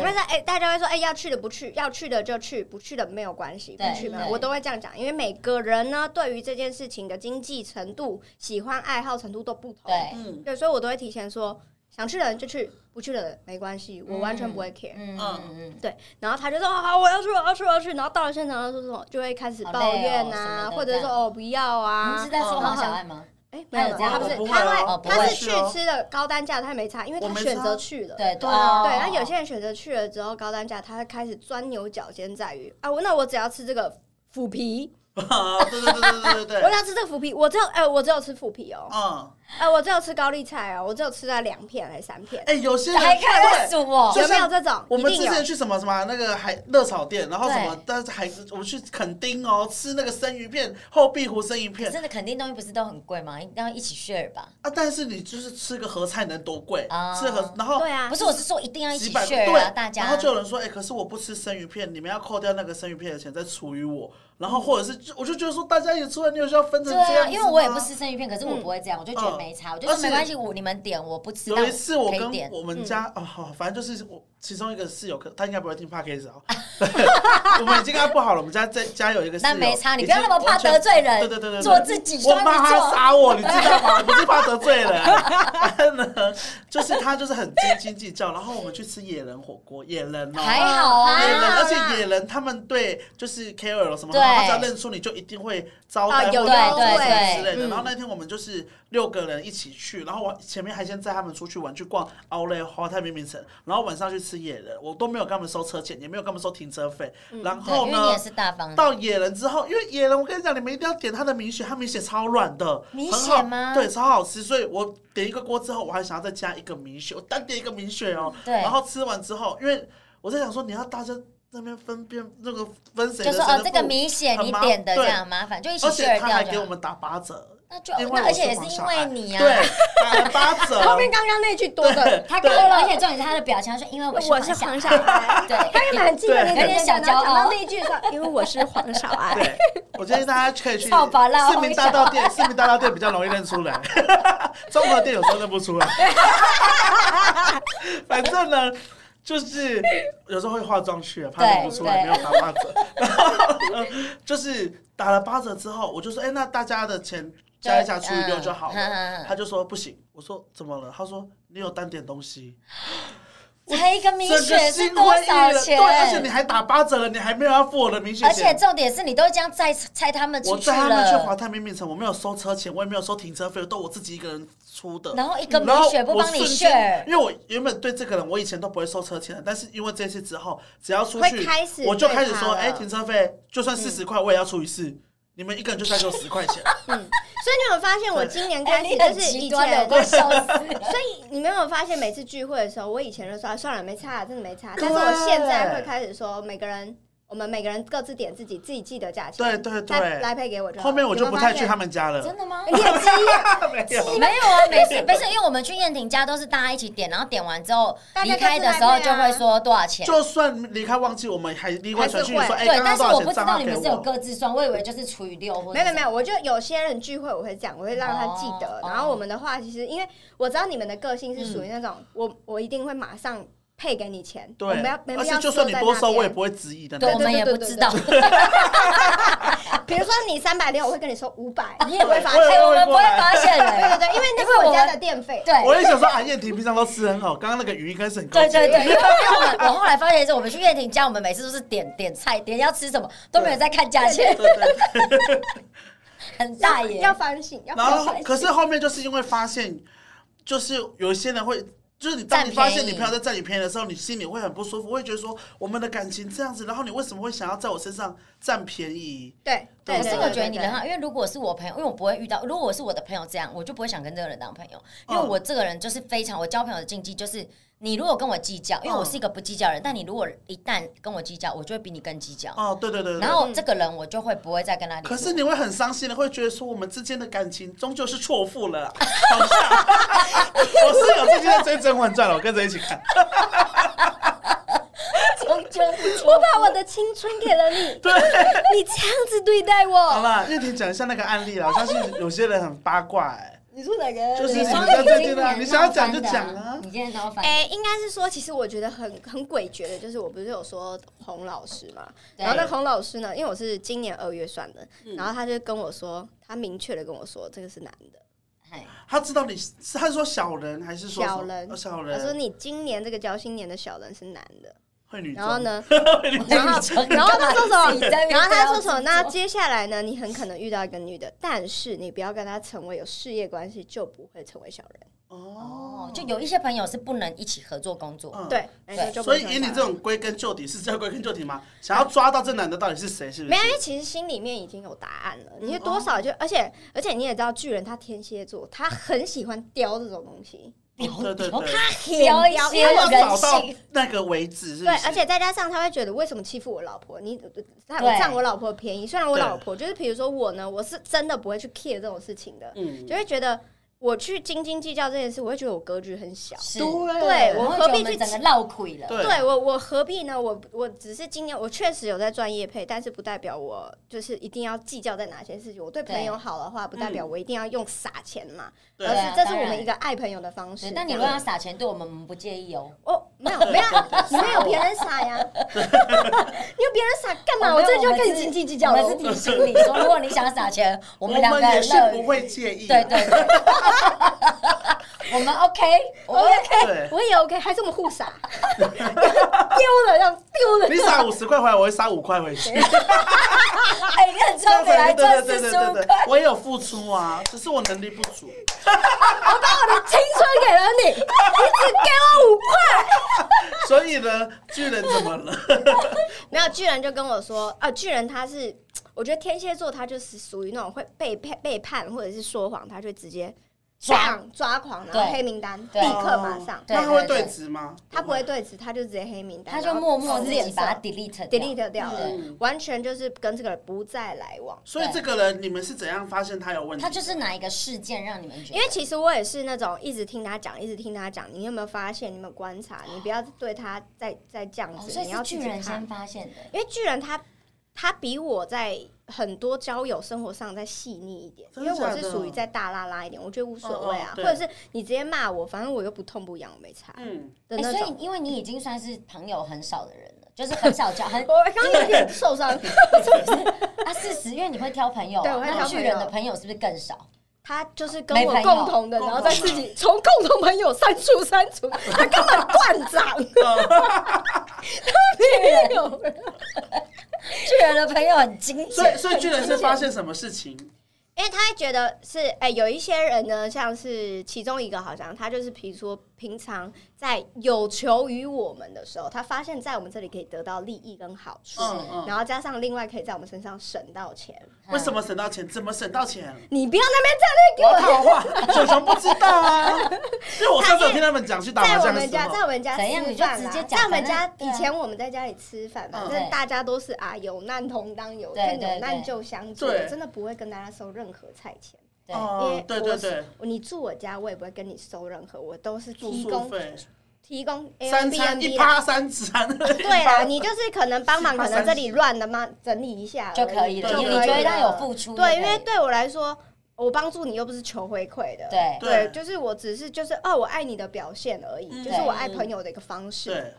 [SPEAKER 4] 对
[SPEAKER 3] 在哎、大家会说哎、要去的不去，要去的就去，不去的没有关系，不
[SPEAKER 1] 对
[SPEAKER 3] 去嘛，
[SPEAKER 1] 对
[SPEAKER 3] 我都会这样讲。因为每个人呢，对于这件事情的经济程度、喜欢爱好程度都不同，
[SPEAKER 1] 对，
[SPEAKER 4] 嗯
[SPEAKER 3] 对，所以我都会提前说，想去的人就去，不去的人没关系，我完全不会 care。
[SPEAKER 1] 嗯
[SPEAKER 4] 嗯
[SPEAKER 1] 嗯嗯，
[SPEAKER 3] 对，然后他就说啊，我要去，我要去，我要去。然后到了现场，他说什么，就会开始
[SPEAKER 1] 好
[SPEAKER 3] 抱
[SPEAKER 1] 累哦
[SPEAKER 3] 怨
[SPEAKER 1] 什么
[SPEAKER 3] 呐、
[SPEAKER 1] 的
[SPEAKER 3] 或者
[SPEAKER 1] 这
[SPEAKER 3] 说
[SPEAKER 1] 样
[SPEAKER 3] 哦不要
[SPEAKER 1] 你
[SPEAKER 3] 啊
[SPEAKER 1] 是，在说
[SPEAKER 4] 嗯
[SPEAKER 1] 好小爱吗？
[SPEAKER 3] 哎没
[SPEAKER 1] 还有
[SPEAKER 3] 有，
[SPEAKER 1] 这样
[SPEAKER 3] 他不
[SPEAKER 1] 我
[SPEAKER 3] 是，
[SPEAKER 4] 不会
[SPEAKER 3] 他
[SPEAKER 4] 哦
[SPEAKER 1] 哦
[SPEAKER 3] 会
[SPEAKER 1] 不
[SPEAKER 3] 他
[SPEAKER 1] 会
[SPEAKER 3] 是
[SPEAKER 4] 是
[SPEAKER 3] 去
[SPEAKER 4] 哦
[SPEAKER 3] 吃的高单价，他没差，因为
[SPEAKER 4] 我
[SPEAKER 3] 他
[SPEAKER 4] 没
[SPEAKER 3] 选
[SPEAKER 4] 差
[SPEAKER 3] 择去的。
[SPEAKER 1] 对
[SPEAKER 3] 对
[SPEAKER 1] 哦
[SPEAKER 3] 啊，对，那有些人选择去了之后高单价，他会开始钻牛角尖，在于啊，我那我只要吃这个腐皮，
[SPEAKER 4] 啊，对对对对对
[SPEAKER 3] 我
[SPEAKER 4] 对
[SPEAKER 3] 只
[SPEAKER 4] 对，
[SPEAKER 3] 要吃这个腐皮，我只有哎，我只有吃腐皮哦，
[SPEAKER 4] 嗯，
[SPEAKER 3] 哎，我只有吃高丽菜哦，我只有吃了两片还是三片，
[SPEAKER 4] 哎，有些人
[SPEAKER 1] 还看我
[SPEAKER 4] 对。
[SPEAKER 1] 数哦，
[SPEAKER 4] 就
[SPEAKER 3] 有没
[SPEAKER 4] 像
[SPEAKER 3] 有这种？
[SPEAKER 4] 我们
[SPEAKER 3] 一
[SPEAKER 4] 之
[SPEAKER 3] 定有。
[SPEAKER 4] 前去什么什么那个海热炒店，然后什么
[SPEAKER 1] 对，
[SPEAKER 4] 但是还我们去垦丁哦，吃那个生鱼片，后壁湖生鱼片
[SPEAKER 1] 真的肯定东西不是都很贵吗？一定要一起 share 吧。
[SPEAKER 4] 啊，但是你就是吃个合菜能多贵
[SPEAKER 1] 啊？
[SPEAKER 4] 吃个合，然后
[SPEAKER 3] 对啊，
[SPEAKER 1] 不是，我是说一定要一
[SPEAKER 4] 几
[SPEAKER 1] 起
[SPEAKER 4] 百
[SPEAKER 1] share
[SPEAKER 4] 对
[SPEAKER 1] 啊，大家。
[SPEAKER 4] 然后就有人说，哎、可是我不吃生鱼片，你们要扣掉那个生鱼片的钱再除以我。然后或者是我就觉得说大家也出来，你有需要分成
[SPEAKER 1] 嗯对
[SPEAKER 4] 这样
[SPEAKER 1] 啊，
[SPEAKER 4] 子
[SPEAKER 1] 因为我也
[SPEAKER 4] 吗嗯哦
[SPEAKER 1] 不吃生鱼片，可是我不会这样，我就觉得没差，我就
[SPEAKER 4] 而
[SPEAKER 1] 说
[SPEAKER 4] 且
[SPEAKER 1] 没关系，我你们点我不吃，
[SPEAKER 4] 有
[SPEAKER 1] 但
[SPEAKER 4] 一次我
[SPEAKER 1] 可以
[SPEAKER 4] 跟
[SPEAKER 1] 点。嗯
[SPEAKER 4] 我们家哦，好，反正就是我其中一个室友，可他应该不会听 podcast 哦。 (laughs) 我们已经跟他不好了，我们家在家有一个室友，
[SPEAKER 1] 那没差你
[SPEAKER 4] 已
[SPEAKER 1] 不要
[SPEAKER 4] 经
[SPEAKER 1] 那么怕
[SPEAKER 4] 完全
[SPEAKER 1] 得罪人
[SPEAKER 4] 对对对对，对
[SPEAKER 1] 做自己
[SPEAKER 4] 我
[SPEAKER 1] 双鱼
[SPEAKER 4] 怕他
[SPEAKER 1] 座
[SPEAKER 4] 杀我，你知道吗？我不是怕得罪人，
[SPEAKER 1] (laughs)
[SPEAKER 4] 但呢， (laughs) 就是他就是很斤斤计较。然后我们去吃野人火锅，野人哦，
[SPEAKER 1] 还好啊，
[SPEAKER 4] 野人，
[SPEAKER 3] 啦
[SPEAKER 4] 而且野人他们对就是 KOL 什么，
[SPEAKER 1] 对哦
[SPEAKER 4] 他只要认出你就一定会招待
[SPEAKER 3] 啊
[SPEAKER 4] 或者
[SPEAKER 3] 有
[SPEAKER 4] 什
[SPEAKER 1] 对对
[SPEAKER 4] 么之类的。
[SPEAKER 3] 对
[SPEAKER 4] 然后那天我们就是六个人一起去，然后啊我前面还先载他们出去玩，去逛奥莱花太平名城，然后晚上去吃野人，我都没有跟他们收车钱，也没有跟他们收停车费。然
[SPEAKER 1] 嗯对，
[SPEAKER 4] 后
[SPEAKER 1] 因为你
[SPEAKER 4] 呢
[SPEAKER 1] 也？是大方的，
[SPEAKER 4] 到野人之后，因为野人，我跟你讲，你们一定要点他的米血，他米血超软的，
[SPEAKER 1] 米
[SPEAKER 4] 很
[SPEAKER 1] 血
[SPEAKER 4] 好
[SPEAKER 1] 吗
[SPEAKER 4] 对，超好吃。所以我点一个锅之后，我还想要再加一个米血，我单点一个米血哦。
[SPEAKER 1] 嗯对
[SPEAKER 4] 然后吃完之后，因为我在想说，你要大家那边分辨那个分谁
[SPEAKER 1] 就
[SPEAKER 4] 的
[SPEAKER 1] 说
[SPEAKER 4] 谁
[SPEAKER 1] 哦
[SPEAKER 4] 的，
[SPEAKER 1] 这个
[SPEAKER 4] 不
[SPEAKER 1] 明显
[SPEAKER 4] 很
[SPEAKER 1] 你
[SPEAKER 4] 麻
[SPEAKER 1] 点的
[SPEAKER 4] 对
[SPEAKER 1] 这样麻烦，就一起
[SPEAKER 4] 而
[SPEAKER 1] share
[SPEAKER 4] 且他还
[SPEAKER 1] 掉
[SPEAKER 4] 给
[SPEAKER 1] 就
[SPEAKER 4] 我
[SPEAKER 1] 好。
[SPEAKER 4] 们打八折，
[SPEAKER 1] 那就
[SPEAKER 4] 因为
[SPEAKER 1] 那而
[SPEAKER 4] 我
[SPEAKER 1] 且也是
[SPEAKER 4] 黄
[SPEAKER 1] 因
[SPEAKER 4] 小
[SPEAKER 1] 为
[SPEAKER 4] 爱
[SPEAKER 1] 你啊，
[SPEAKER 4] 对，打了
[SPEAKER 1] (laughs)
[SPEAKER 4] 八折。
[SPEAKER 3] (laughs) 后面刚刚那句多的，
[SPEAKER 1] 他
[SPEAKER 4] 对
[SPEAKER 1] 刚 (laughs) 刚，而且重点是他的表情，他说因为哎
[SPEAKER 3] 我是
[SPEAKER 1] 是
[SPEAKER 3] 黄
[SPEAKER 1] 黄
[SPEAKER 3] 小
[SPEAKER 1] 小
[SPEAKER 3] 爱，
[SPEAKER 1] 对，
[SPEAKER 3] (laughs) 他也蛮记得
[SPEAKER 4] 对
[SPEAKER 3] 那个
[SPEAKER 1] 有点小骄傲
[SPEAKER 3] 讲到那一句说，因为我是黄小爱，
[SPEAKER 4] 对，我建议大家
[SPEAKER 1] (laughs)
[SPEAKER 4] 可以去
[SPEAKER 1] 操吧啦
[SPEAKER 4] 市民大道店，市民大道店比较容易
[SPEAKER 1] (laughs)
[SPEAKER 4] 认出来，综合店有时候认不出来。 (laughs) 反正呢，就是有时候会化妆去啊，怕认不出来，没
[SPEAKER 1] 对
[SPEAKER 4] 有打八折。 (laughs) 然后呢就是打了八折之后，我就说，哎、那大家的钱加一下除以六就好了。
[SPEAKER 1] 了
[SPEAKER 4] 他就说不行，我说怎么了？他说你有单点东西，
[SPEAKER 1] 才一个米
[SPEAKER 4] 整个
[SPEAKER 1] 血是
[SPEAKER 4] 心灰
[SPEAKER 1] 多
[SPEAKER 4] 意
[SPEAKER 1] 少
[SPEAKER 4] 冷。对，
[SPEAKER 1] 钱？
[SPEAKER 4] 而且你还打八折了，你还没有要付我的明显
[SPEAKER 1] 而
[SPEAKER 4] 钱。
[SPEAKER 1] 且重点是你都这样载载他们
[SPEAKER 4] 我
[SPEAKER 1] 出去
[SPEAKER 4] 载他们去华
[SPEAKER 1] 了，
[SPEAKER 4] 泰明明城，我没有收车钱，我也没有收停车费，都我自己一个人出的。
[SPEAKER 1] 然后一个米
[SPEAKER 4] 然后
[SPEAKER 1] 血不
[SPEAKER 4] 我
[SPEAKER 1] 帮你
[SPEAKER 4] 瞬间
[SPEAKER 1] share，
[SPEAKER 4] 因为我原本对这个人我以前都不会收车钱的，但是因为这次之后，只要出
[SPEAKER 3] 会
[SPEAKER 4] 去
[SPEAKER 3] 开始，
[SPEAKER 4] 我就开始
[SPEAKER 3] 对他
[SPEAKER 4] 说，
[SPEAKER 3] 了
[SPEAKER 4] 哎、停车费就算四十块，我也要除以四。你们一个人就再给我十块钱，
[SPEAKER 3] 所以你有没有发现我今年
[SPEAKER 1] 哎
[SPEAKER 3] 开始
[SPEAKER 1] 你
[SPEAKER 3] 就
[SPEAKER 1] 很
[SPEAKER 3] 是以
[SPEAKER 1] 极端的，我
[SPEAKER 3] 前。
[SPEAKER 1] 快笑死了。
[SPEAKER 3] 所以你们有没有发现，每次聚会的时候，我以前就说啊算了，没差，真的没差。
[SPEAKER 4] 对
[SPEAKER 3] 但是我现在会开始说，每个人，我们每个人各自点自己自己记得价钱，
[SPEAKER 4] 对对 (laughs) 对啊
[SPEAKER 3] 来来配给我就好。
[SPEAKER 4] 后面我就不太去他
[SPEAKER 3] 们。
[SPEAKER 4] 们家了。
[SPEAKER 1] 真的吗？
[SPEAKER 3] 你很惊艳，
[SPEAKER 4] 没有，
[SPEAKER 1] 没有啊，没事没事，因为我们去燕婷家都是大家一起点，然后点完之后
[SPEAKER 3] 大家
[SPEAKER 1] 离
[SPEAKER 3] 各自来
[SPEAKER 1] 开的时候就会说多少钱。
[SPEAKER 4] 就算离开忘记，我们还另外传讯
[SPEAKER 3] 还
[SPEAKER 4] 息
[SPEAKER 3] 是
[SPEAKER 4] 说，
[SPEAKER 3] 会
[SPEAKER 4] 哎、
[SPEAKER 1] 对，
[SPEAKER 4] 刚
[SPEAKER 1] 但
[SPEAKER 4] 刚
[SPEAKER 1] 是
[SPEAKER 4] 多少
[SPEAKER 1] 我不
[SPEAKER 4] 钱
[SPEAKER 1] 知
[SPEAKER 4] 账
[SPEAKER 1] 道
[SPEAKER 4] 号
[SPEAKER 1] 你
[SPEAKER 4] 给
[SPEAKER 1] 们是有
[SPEAKER 4] 我？
[SPEAKER 1] 各自算，我以为就是除以六或者
[SPEAKER 3] 没有没有没
[SPEAKER 1] 有，
[SPEAKER 3] 有，我就有些人聚会我会这样，我会让他记得。
[SPEAKER 1] 哦
[SPEAKER 3] 然后我们的话，其实因为我知道你们的个性是属于那种，
[SPEAKER 1] 嗯
[SPEAKER 3] 我我一定会马上配给你钱，我
[SPEAKER 4] 对
[SPEAKER 3] 们要，没
[SPEAKER 4] 而
[SPEAKER 3] 必
[SPEAKER 4] 且
[SPEAKER 3] 要
[SPEAKER 4] 就算你
[SPEAKER 3] 坐在
[SPEAKER 4] 多
[SPEAKER 3] 那
[SPEAKER 4] 收，我也
[SPEAKER 3] 边
[SPEAKER 4] 不会质疑的。
[SPEAKER 1] 对，我
[SPEAKER 3] 对
[SPEAKER 1] 们也
[SPEAKER 3] 对
[SPEAKER 1] 不
[SPEAKER 3] 对
[SPEAKER 1] 知
[SPEAKER 3] 对
[SPEAKER 1] 道。
[SPEAKER 3] 比如说你三百六，我会跟你说五
[SPEAKER 1] (laughs)
[SPEAKER 3] 百，你
[SPEAKER 1] 你
[SPEAKER 3] 也
[SPEAKER 1] 也
[SPEAKER 3] 不会
[SPEAKER 1] 会
[SPEAKER 3] 发
[SPEAKER 1] 发
[SPEAKER 3] 现
[SPEAKER 1] 现，。
[SPEAKER 4] 我也
[SPEAKER 1] 哎我
[SPEAKER 4] 会
[SPEAKER 1] 们
[SPEAKER 4] 过
[SPEAKER 1] 不会
[SPEAKER 4] 来
[SPEAKER 1] 发现
[SPEAKER 3] 对对
[SPEAKER 1] 嘞。
[SPEAKER 3] 对，因为那
[SPEAKER 1] 因
[SPEAKER 3] 是
[SPEAKER 1] 为
[SPEAKER 3] 我
[SPEAKER 1] 我
[SPEAKER 3] 家
[SPEAKER 1] 们
[SPEAKER 3] 的电费。
[SPEAKER 1] 对
[SPEAKER 4] 我也想说啊，燕婷平常都吃很好，刚刚那个鱼应该是很高
[SPEAKER 1] 对
[SPEAKER 4] 级的。
[SPEAKER 1] 对对，因为我们我后来发现是，我们去燕婷家，我们每次都是点点菜，点要吃什么都没有在看价钱，
[SPEAKER 4] 对对对
[SPEAKER 1] 很大
[SPEAKER 3] 要
[SPEAKER 1] 爷。
[SPEAKER 3] 要反省，要
[SPEAKER 4] 然
[SPEAKER 3] 反
[SPEAKER 4] 后
[SPEAKER 3] 省。
[SPEAKER 4] 可是后面就是因为发现，就是有一些人会。就是你，当你
[SPEAKER 1] 占便宜
[SPEAKER 4] 发现你朋友在占你便宜的时候，你心里会很不舒服，会觉得说我们的感情这样子，然后你为什么会想要在我身上占便宜？
[SPEAKER 3] 对对，
[SPEAKER 1] 可是
[SPEAKER 3] 对
[SPEAKER 1] 我觉得你人
[SPEAKER 3] 对
[SPEAKER 1] 很好，因为如果是我朋友，因为我不会遇到，如果我是我的朋友这样，我就不会想跟这个人当朋友，因为
[SPEAKER 4] 嗯
[SPEAKER 1] 我这个人就是非常，我交朋友的禁忌就是，你如果跟我计
[SPEAKER 4] 嗯
[SPEAKER 1] 较，因为我是一个不计较的人，但你如果一旦跟我计较，我就会比你更计较，
[SPEAKER 4] 哦，对对对对。
[SPEAKER 1] 然后这个人我就会不会再跟他联
[SPEAKER 4] 可
[SPEAKER 1] 络。
[SPEAKER 4] 是你会很伤心的，会觉得说我们之间的感情终究是错付了啦。好像我室友最近在追《甄嬛传》了，我跟着一起看。
[SPEAKER 1] 终究是哦错
[SPEAKER 3] 我把我的青春给了你，
[SPEAKER 4] (laughs) 对，
[SPEAKER 3] 你这样子对待
[SPEAKER 4] 好
[SPEAKER 3] 我，
[SPEAKER 4] 啦，燕婷讲一下那个案例啦，我相信有些人很八卦哎、
[SPEAKER 3] 你说哪个？
[SPEAKER 4] 就是
[SPEAKER 1] 你
[SPEAKER 4] 你
[SPEAKER 1] 说
[SPEAKER 4] 们
[SPEAKER 1] 你
[SPEAKER 4] 在这
[SPEAKER 1] 今
[SPEAKER 4] 边啊，
[SPEAKER 1] 年
[SPEAKER 4] 你想要讲
[SPEAKER 1] 闹
[SPEAKER 4] 就
[SPEAKER 1] 翻的
[SPEAKER 4] 讲啊。
[SPEAKER 1] 你今天闹翻的，
[SPEAKER 3] 哎、应该是说，其实我觉得很很诡谲的，就是我不是有说洪老师嘛，
[SPEAKER 1] 对嗯
[SPEAKER 3] 然后那洪老师呢，因为我是今年二月算的，然后他就跟我说，他明确的跟我说，这个是男的，
[SPEAKER 4] (laughs)
[SPEAKER 1] 嗨
[SPEAKER 4] 他知道你是他说小人还是说什么
[SPEAKER 3] 小人
[SPEAKER 4] 哦小
[SPEAKER 3] 他说
[SPEAKER 4] 人
[SPEAKER 3] 你今年这个交新年的小人是男的，
[SPEAKER 4] 会女中，
[SPEAKER 3] 然后呢，
[SPEAKER 4] 会女中
[SPEAKER 3] 然后然后他说什
[SPEAKER 1] 你 (laughs)
[SPEAKER 3] 么
[SPEAKER 1] 在那？边
[SPEAKER 3] 然后他
[SPEAKER 1] 不
[SPEAKER 3] 说
[SPEAKER 1] 要
[SPEAKER 3] 什么？
[SPEAKER 1] 自
[SPEAKER 3] 那
[SPEAKER 1] 作
[SPEAKER 3] 接下来呢？你很可能遇到一个女的，但是你不要跟她成为有事业关系，就不会成为小人。
[SPEAKER 1] 哦
[SPEAKER 4] (laughs) 哦，，
[SPEAKER 1] 就有一些朋友是不能一起合作工作，
[SPEAKER 4] 嗯
[SPEAKER 3] 对，没错，
[SPEAKER 1] 对
[SPEAKER 3] 哎就不
[SPEAKER 4] 所
[SPEAKER 3] 会
[SPEAKER 4] 以
[SPEAKER 3] 成为
[SPEAKER 4] 以你
[SPEAKER 3] 小
[SPEAKER 4] 这
[SPEAKER 3] 人
[SPEAKER 4] 种归根究底是这样归根究底吗？想要抓到这男的到底是谁，是不
[SPEAKER 3] 没
[SPEAKER 4] 嗯是嗯哦
[SPEAKER 3] 有，？因为其实心里面已经有答案了，你就多少就，而且而且你也知道，巨人他天蝎座，他很喜欢雕这种
[SPEAKER 1] (laughs)
[SPEAKER 3] 东西，
[SPEAKER 4] 对对对，
[SPEAKER 1] 聊一些
[SPEAKER 3] 因为
[SPEAKER 4] 要
[SPEAKER 3] 我
[SPEAKER 1] 人
[SPEAKER 4] 找到
[SPEAKER 1] 性，
[SPEAKER 4] 那个为止，是不
[SPEAKER 3] 对，
[SPEAKER 4] 是？
[SPEAKER 3] 而且再加上他会觉得为什么欺负我老婆？你他
[SPEAKER 1] 对
[SPEAKER 3] 占我老婆的便宜，虽然我
[SPEAKER 4] 对
[SPEAKER 3] 老婆就是比如说我呢，我是真的不会去 care 这种事情的，
[SPEAKER 4] 嗯，
[SPEAKER 3] 就会觉得我去斤斤计较这件事，我会觉得我格局很小。
[SPEAKER 1] 是，
[SPEAKER 4] 对
[SPEAKER 1] 我
[SPEAKER 3] 我
[SPEAKER 1] 会觉
[SPEAKER 3] 何
[SPEAKER 1] 得我
[SPEAKER 3] 必去
[SPEAKER 1] 们整个绕亏了。
[SPEAKER 4] 对
[SPEAKER 3] 对我，我何必呢？我我只是今年我确实有在赚业配，但是不代表我就是一定要计较在哪些事情。我对朋友好的话，不代表我一定要用撒钱嘛，
[SPEAKER 4] 对
[SPEAKER 3] 而
[SPEAKER 1] 嗯啊
[SPEAKER 3] 是这是
[SPEAKER 1] 当
[SPEAKER 3] 我
[SPEAKER 1] 然
[SPEAKER 3] 们一个爱朋友的方式
[SPEAKER 1] 对，。但你如果要撒钱，对我们我们不介意
[SPEAKER 3] (laughs)
[SPEAKER 1] 哦。
[SPEAKER 3] 哦，没有
[SPEAKER 1] (laughs)
[SPEAKER 3] 没有，你们有别人撒呀？你有别人撒干
[SPEAKER 1] 哦
[SPEAKER 3] 嘛？我这就要跟你斤斤计较了
[SPEAKER 1] 我。们是提
[SPEAKER 3] (laughs)
[SPEAKER 1] 醒你说，如果你想撒钱，我
[SPEAKER 4] 我
[SPEAKER 1] 们两个
[SPEAKER 4] 也
[SPEAKER 1] 人
[SPEAKER 4] 是
[SPEAKER 1] 乐于。
[SPEAKER 4] 不会介意啊
[SPEAKER 1] 对
[SPEAKER 4] 的，
[SPEAKER 1] 对 (laughs) 对，我们 OK，我
[SPEAKER 3] 我
[SPEAKER 1] 们
[SPEAKER 4] 对
[SPEAKER 3] OK，我也 OK，还是我们互撒， (laughs) 丢了让丢了。
[SPEAKER 4] 你撒五十块回来，我会撒五块回去，
[SPEAKER 1] 哎，你很聪明，还
[SPEAKER 4] 对
[SPEAKER 1] 赚
[SPEAKER 4] 对
[SPEAKER 1] 四
[SPEAKER 4] 对对
[SPEAKER 1] 十
[SPEAKER 4] 对
[SPEAKER 1] 五
[SPEAKER 4] 对
[SPEAKER 1] 块，，
[SPEAKER 4] 我也有付出啊，只是我能力不足。
[SPEAKER 3] 我把我的青春给了你，你只给我五块。
[SPEAKER 4] 所以呢，巨人怎么了？
[SPEAKER 3] 没有巨人就跟我说啊，巨人他是，我觉得天蝎座他就是属于那种会背叛、背叛或者是说谎，他就直接
[SPEAKER 1] 抓
[SPEAKER 3] 上抓狂，然
[SPEAKER 1] 对
[SPEAKER 3] 后黑名单， (laughs) 立
[SPEAKER 1] 对
[SPEAKER 3] 刻马上
[SPEAKER 4] 哦。
[SPEAKER 1] 对
[SPEAKER 4] 那他会
[SPEAKER 1] 对
[SPEAKER 4] 对
[SPEAKER 1] 对
[SPEAKER 4] 质吗？
[SPEAKER 3] 他不会对峙，他就直接黑名
[SPEAKER 1] (laughs)
[SPEAKER 3] 单，
[SPEAKER 1] 他就默默自
[SPEAKER 3] 自
[SPEAKER 1] 己
[SPEAKER 3] 己
[SPEAKER 1] 把它 delete 掉嗯
[SPEAKER 3] delete 掉了
[SPEAKER 1] 对，
[SPEAKER 3] 完全就是跟这个人不再来往。
[SPEAKER 4] 所以这个人，你们是怎样发现他有问题？
[SPEAKER 1] 他就是哪一个事件让你们觉得？
[SPEAKER 3] 因为其实我也是那种一直听他讲，一直听他讲。你有没有发现？你有没有观察？你不要对他再再这样
[SPEAKER 1] 哦，
[SPEAKER 3] 子，
[SPEAKER 1] 所
[SPEAKER 3] 你
[SPEAKER 1] 以
[SPEAKER 3] 要
[SPEAKER 1] 是
[SPEAKER 3] 自
[SPEAKER 1] 巨
[SPEAKER 3] 己
[SPEAKER 1] 人
[SPEAKER 3] 看
[SPEAKER 1] 先。发现的。
[SPEAKER 3] 因为巨人他他比我在很多交友生活上再细腻一点，因
[SPEAKER 4] 真的
[SPEAKER 3] 为我
[SPEAKER 4] 假
[SPEAKER 3] 是
[SPEAKER 4] 的
[SPEAKER 3] 属于在大拉拉一点，我觉得无所谓啊
[SPEAKER 4] 嗯嗯，
[SPEAKER 3] 或
[SPEAKER 4] 对
[SPEAKER 3] 者是你直接骂我，反正我又不痛不痒，我没差
[SPEAKER 4] 嗯，
[SPEAKER 3] 的
[SPEAKER 1] 哎
[SPEAKER 3] 那
[SPEAKER 1] 所
[SPEAKER 3] 种。
[SPEAKER 1] 以因为你已经算是朋友很少的人了，就是很少交，很
[SPEAKER 3] 我刚刚有点受伤，
[SPEAKER 1] 啊事实，因为你会挑朋友啊，
[SPEAKER 3] 对我会
[SPEAKER 1] 那
[SPEAKER 3] 挑
[SPEAKER 1] 巨
[SPEAKER 3] 朋
[SPEAKER 1] 人
[SPEAKER 3] 友
[SPEAKER 1] 的朋友是不是更少？
[SPEAKER 3] (laughs) 他就是跟
[SPEAKER 1] 没
[SPEAKER 3] 我
[SPEAKER 1] 朋友
[SPEAKER 3] 共同的，
[SPEAKER 4] 共
[SPEAKER 3] 然
[SPEAKER 4] 同
[SPEAKER 3] 后再自己从共同朋友删除删除，他根本断掌，
[SPEAKER 4] 呃
[SPEAKER 3] 他没有。
[SPEAKER 1] 巨人的朋友很精
[SPEAKER 4] 所以
[SPEAKER 1] 简，
[SPEAKER 4] 所以巨人
[SPEAKER 3] (laughs)
[SPEAKER 4] 是发现什么事情？
[SPEAKER 3] 因为他会觉得是哎、有一些人呢，像是其中一个，好像他就是，比如说平常在有求于我们的时候，他发现在我们这里可以得到利益跟好处，
[SPEAKER 4] 嗯嗯，
[SPEAKER 3] 然后加上另外可以在我们身上省到钱。
[SPEAKER 1] 嗯
[SPEAKER 4] 为什么省到钱？怎么省到钱？
[SPEAKER 3] 你不要在那
[SPEAKER 4] 我
[SPEAKER 3] 边
[SPEAKER 4] 要
[SPEAKER 3] 站那给
[SPEAKER 4] 套话，小熊不知道
[SPEAKER 3] (laughs)
[SPEAKER 4] 啊，因为我上次有听他们讲去打麻
[SPEAKER 3] 在我
[SPEAKER 4] 将的
[SPEAKER 3] 们
[SPEAKER 4] 时
[SPEAKER 3] 家，在
[SPEAKER 4] 候，
[SPEAKER 3] 我们家
[SPEAKER 1] 怎样
[SPEAKER 3] 吃
[SPEAKER 1] 你就
[SPEAKER 3] 饭啦
[SPEAKER 1] 直接讲啊
[SPEAKER 3] 在我们家
[SPEAKER 1] 反正
[SPEAKER 3] 以前我们在家里吃饭，
[SPEAKER 4] 嗯
[SPEAKER 3] 反
[SPEAKER 1] 对
[SPEAKER 3] 正大家都是啊，有难同当有，
[SPEAKER 1] 对
[SPEAKER 3] 就
[SPEAKER 1] 对
[SPEAKER 3] 有难
[SPEAKER 1] 对
[SPEAKER 3] 就相助，
[SPEAKER 4] 对
[SPEAKER 3] 我真的不会跟大家收任何菜钱。
[SPEAKER 1] 对
[SPEAKER 3] 因
[SPEAKER 4] 哦
[SPEAKER 3] 为，
[SPEAKER 4] 对
[SPEAKER 3] 我
[SPEAKER 4] 对
[SPEAKER 3] 是
[SPEAKER 4] 对，
[SPEAKER 3] 你住我家，我也不会跟你收任何，我都是
[SPEAKER 4] 住
[SPEAKER 3] 提
[SPEAKER 4] 宿
[SPEAKER 3] 供
[SPEAKER 4] 费
[SPEAKER 3] 提供
[SPEAKER 4] 三餐一
[SPEAKER 3] Airbnb 啦。
[SPEAKER 4] 趴三啊餐，
[SPEAKER 3] 对啦，
[SPEAKER 4] (laughs)
[SPEAKER 3] 你就是可能帮忙，
[SPEAKER 4] 一趴
[SPEAKER 3] 可
[SPEAKER 4] 三
[SPEAKER 3] 能这
[SPEAKER 4] 十
[SPEAKER 3] 里乱的嘛，整理一下
[SPEAKER 1] 就可以了？
[SPEAKER 4] 就
[SPEAKER 1] 你
[SPEAKER 4] 可以
[SPEAKER 1] 你
[SPEAKER 4] 了
[SPEAKER 1] 觉得他
[SPEAKER 3] 他
[SPEAKER 1] 有付出就可
[SPEAKER 3] 对，
[SPEAKER 1] 以了？
[SPEAKER 3] 因为对我来说，我帮助你又不是求回馈的。
[SPEAKER 1] 对
[SPEAKER 4] 对
[SPEAKER 3] 就是我只是就是哦，我爱你的表现而已，
[SPEAKER 4] 嗯
[SPEAKER 3] 就是我爱
[SPEAKER 4] 对
[SPEAKER 3] 朋友的一个方式。
[SPEAKER 4] 对，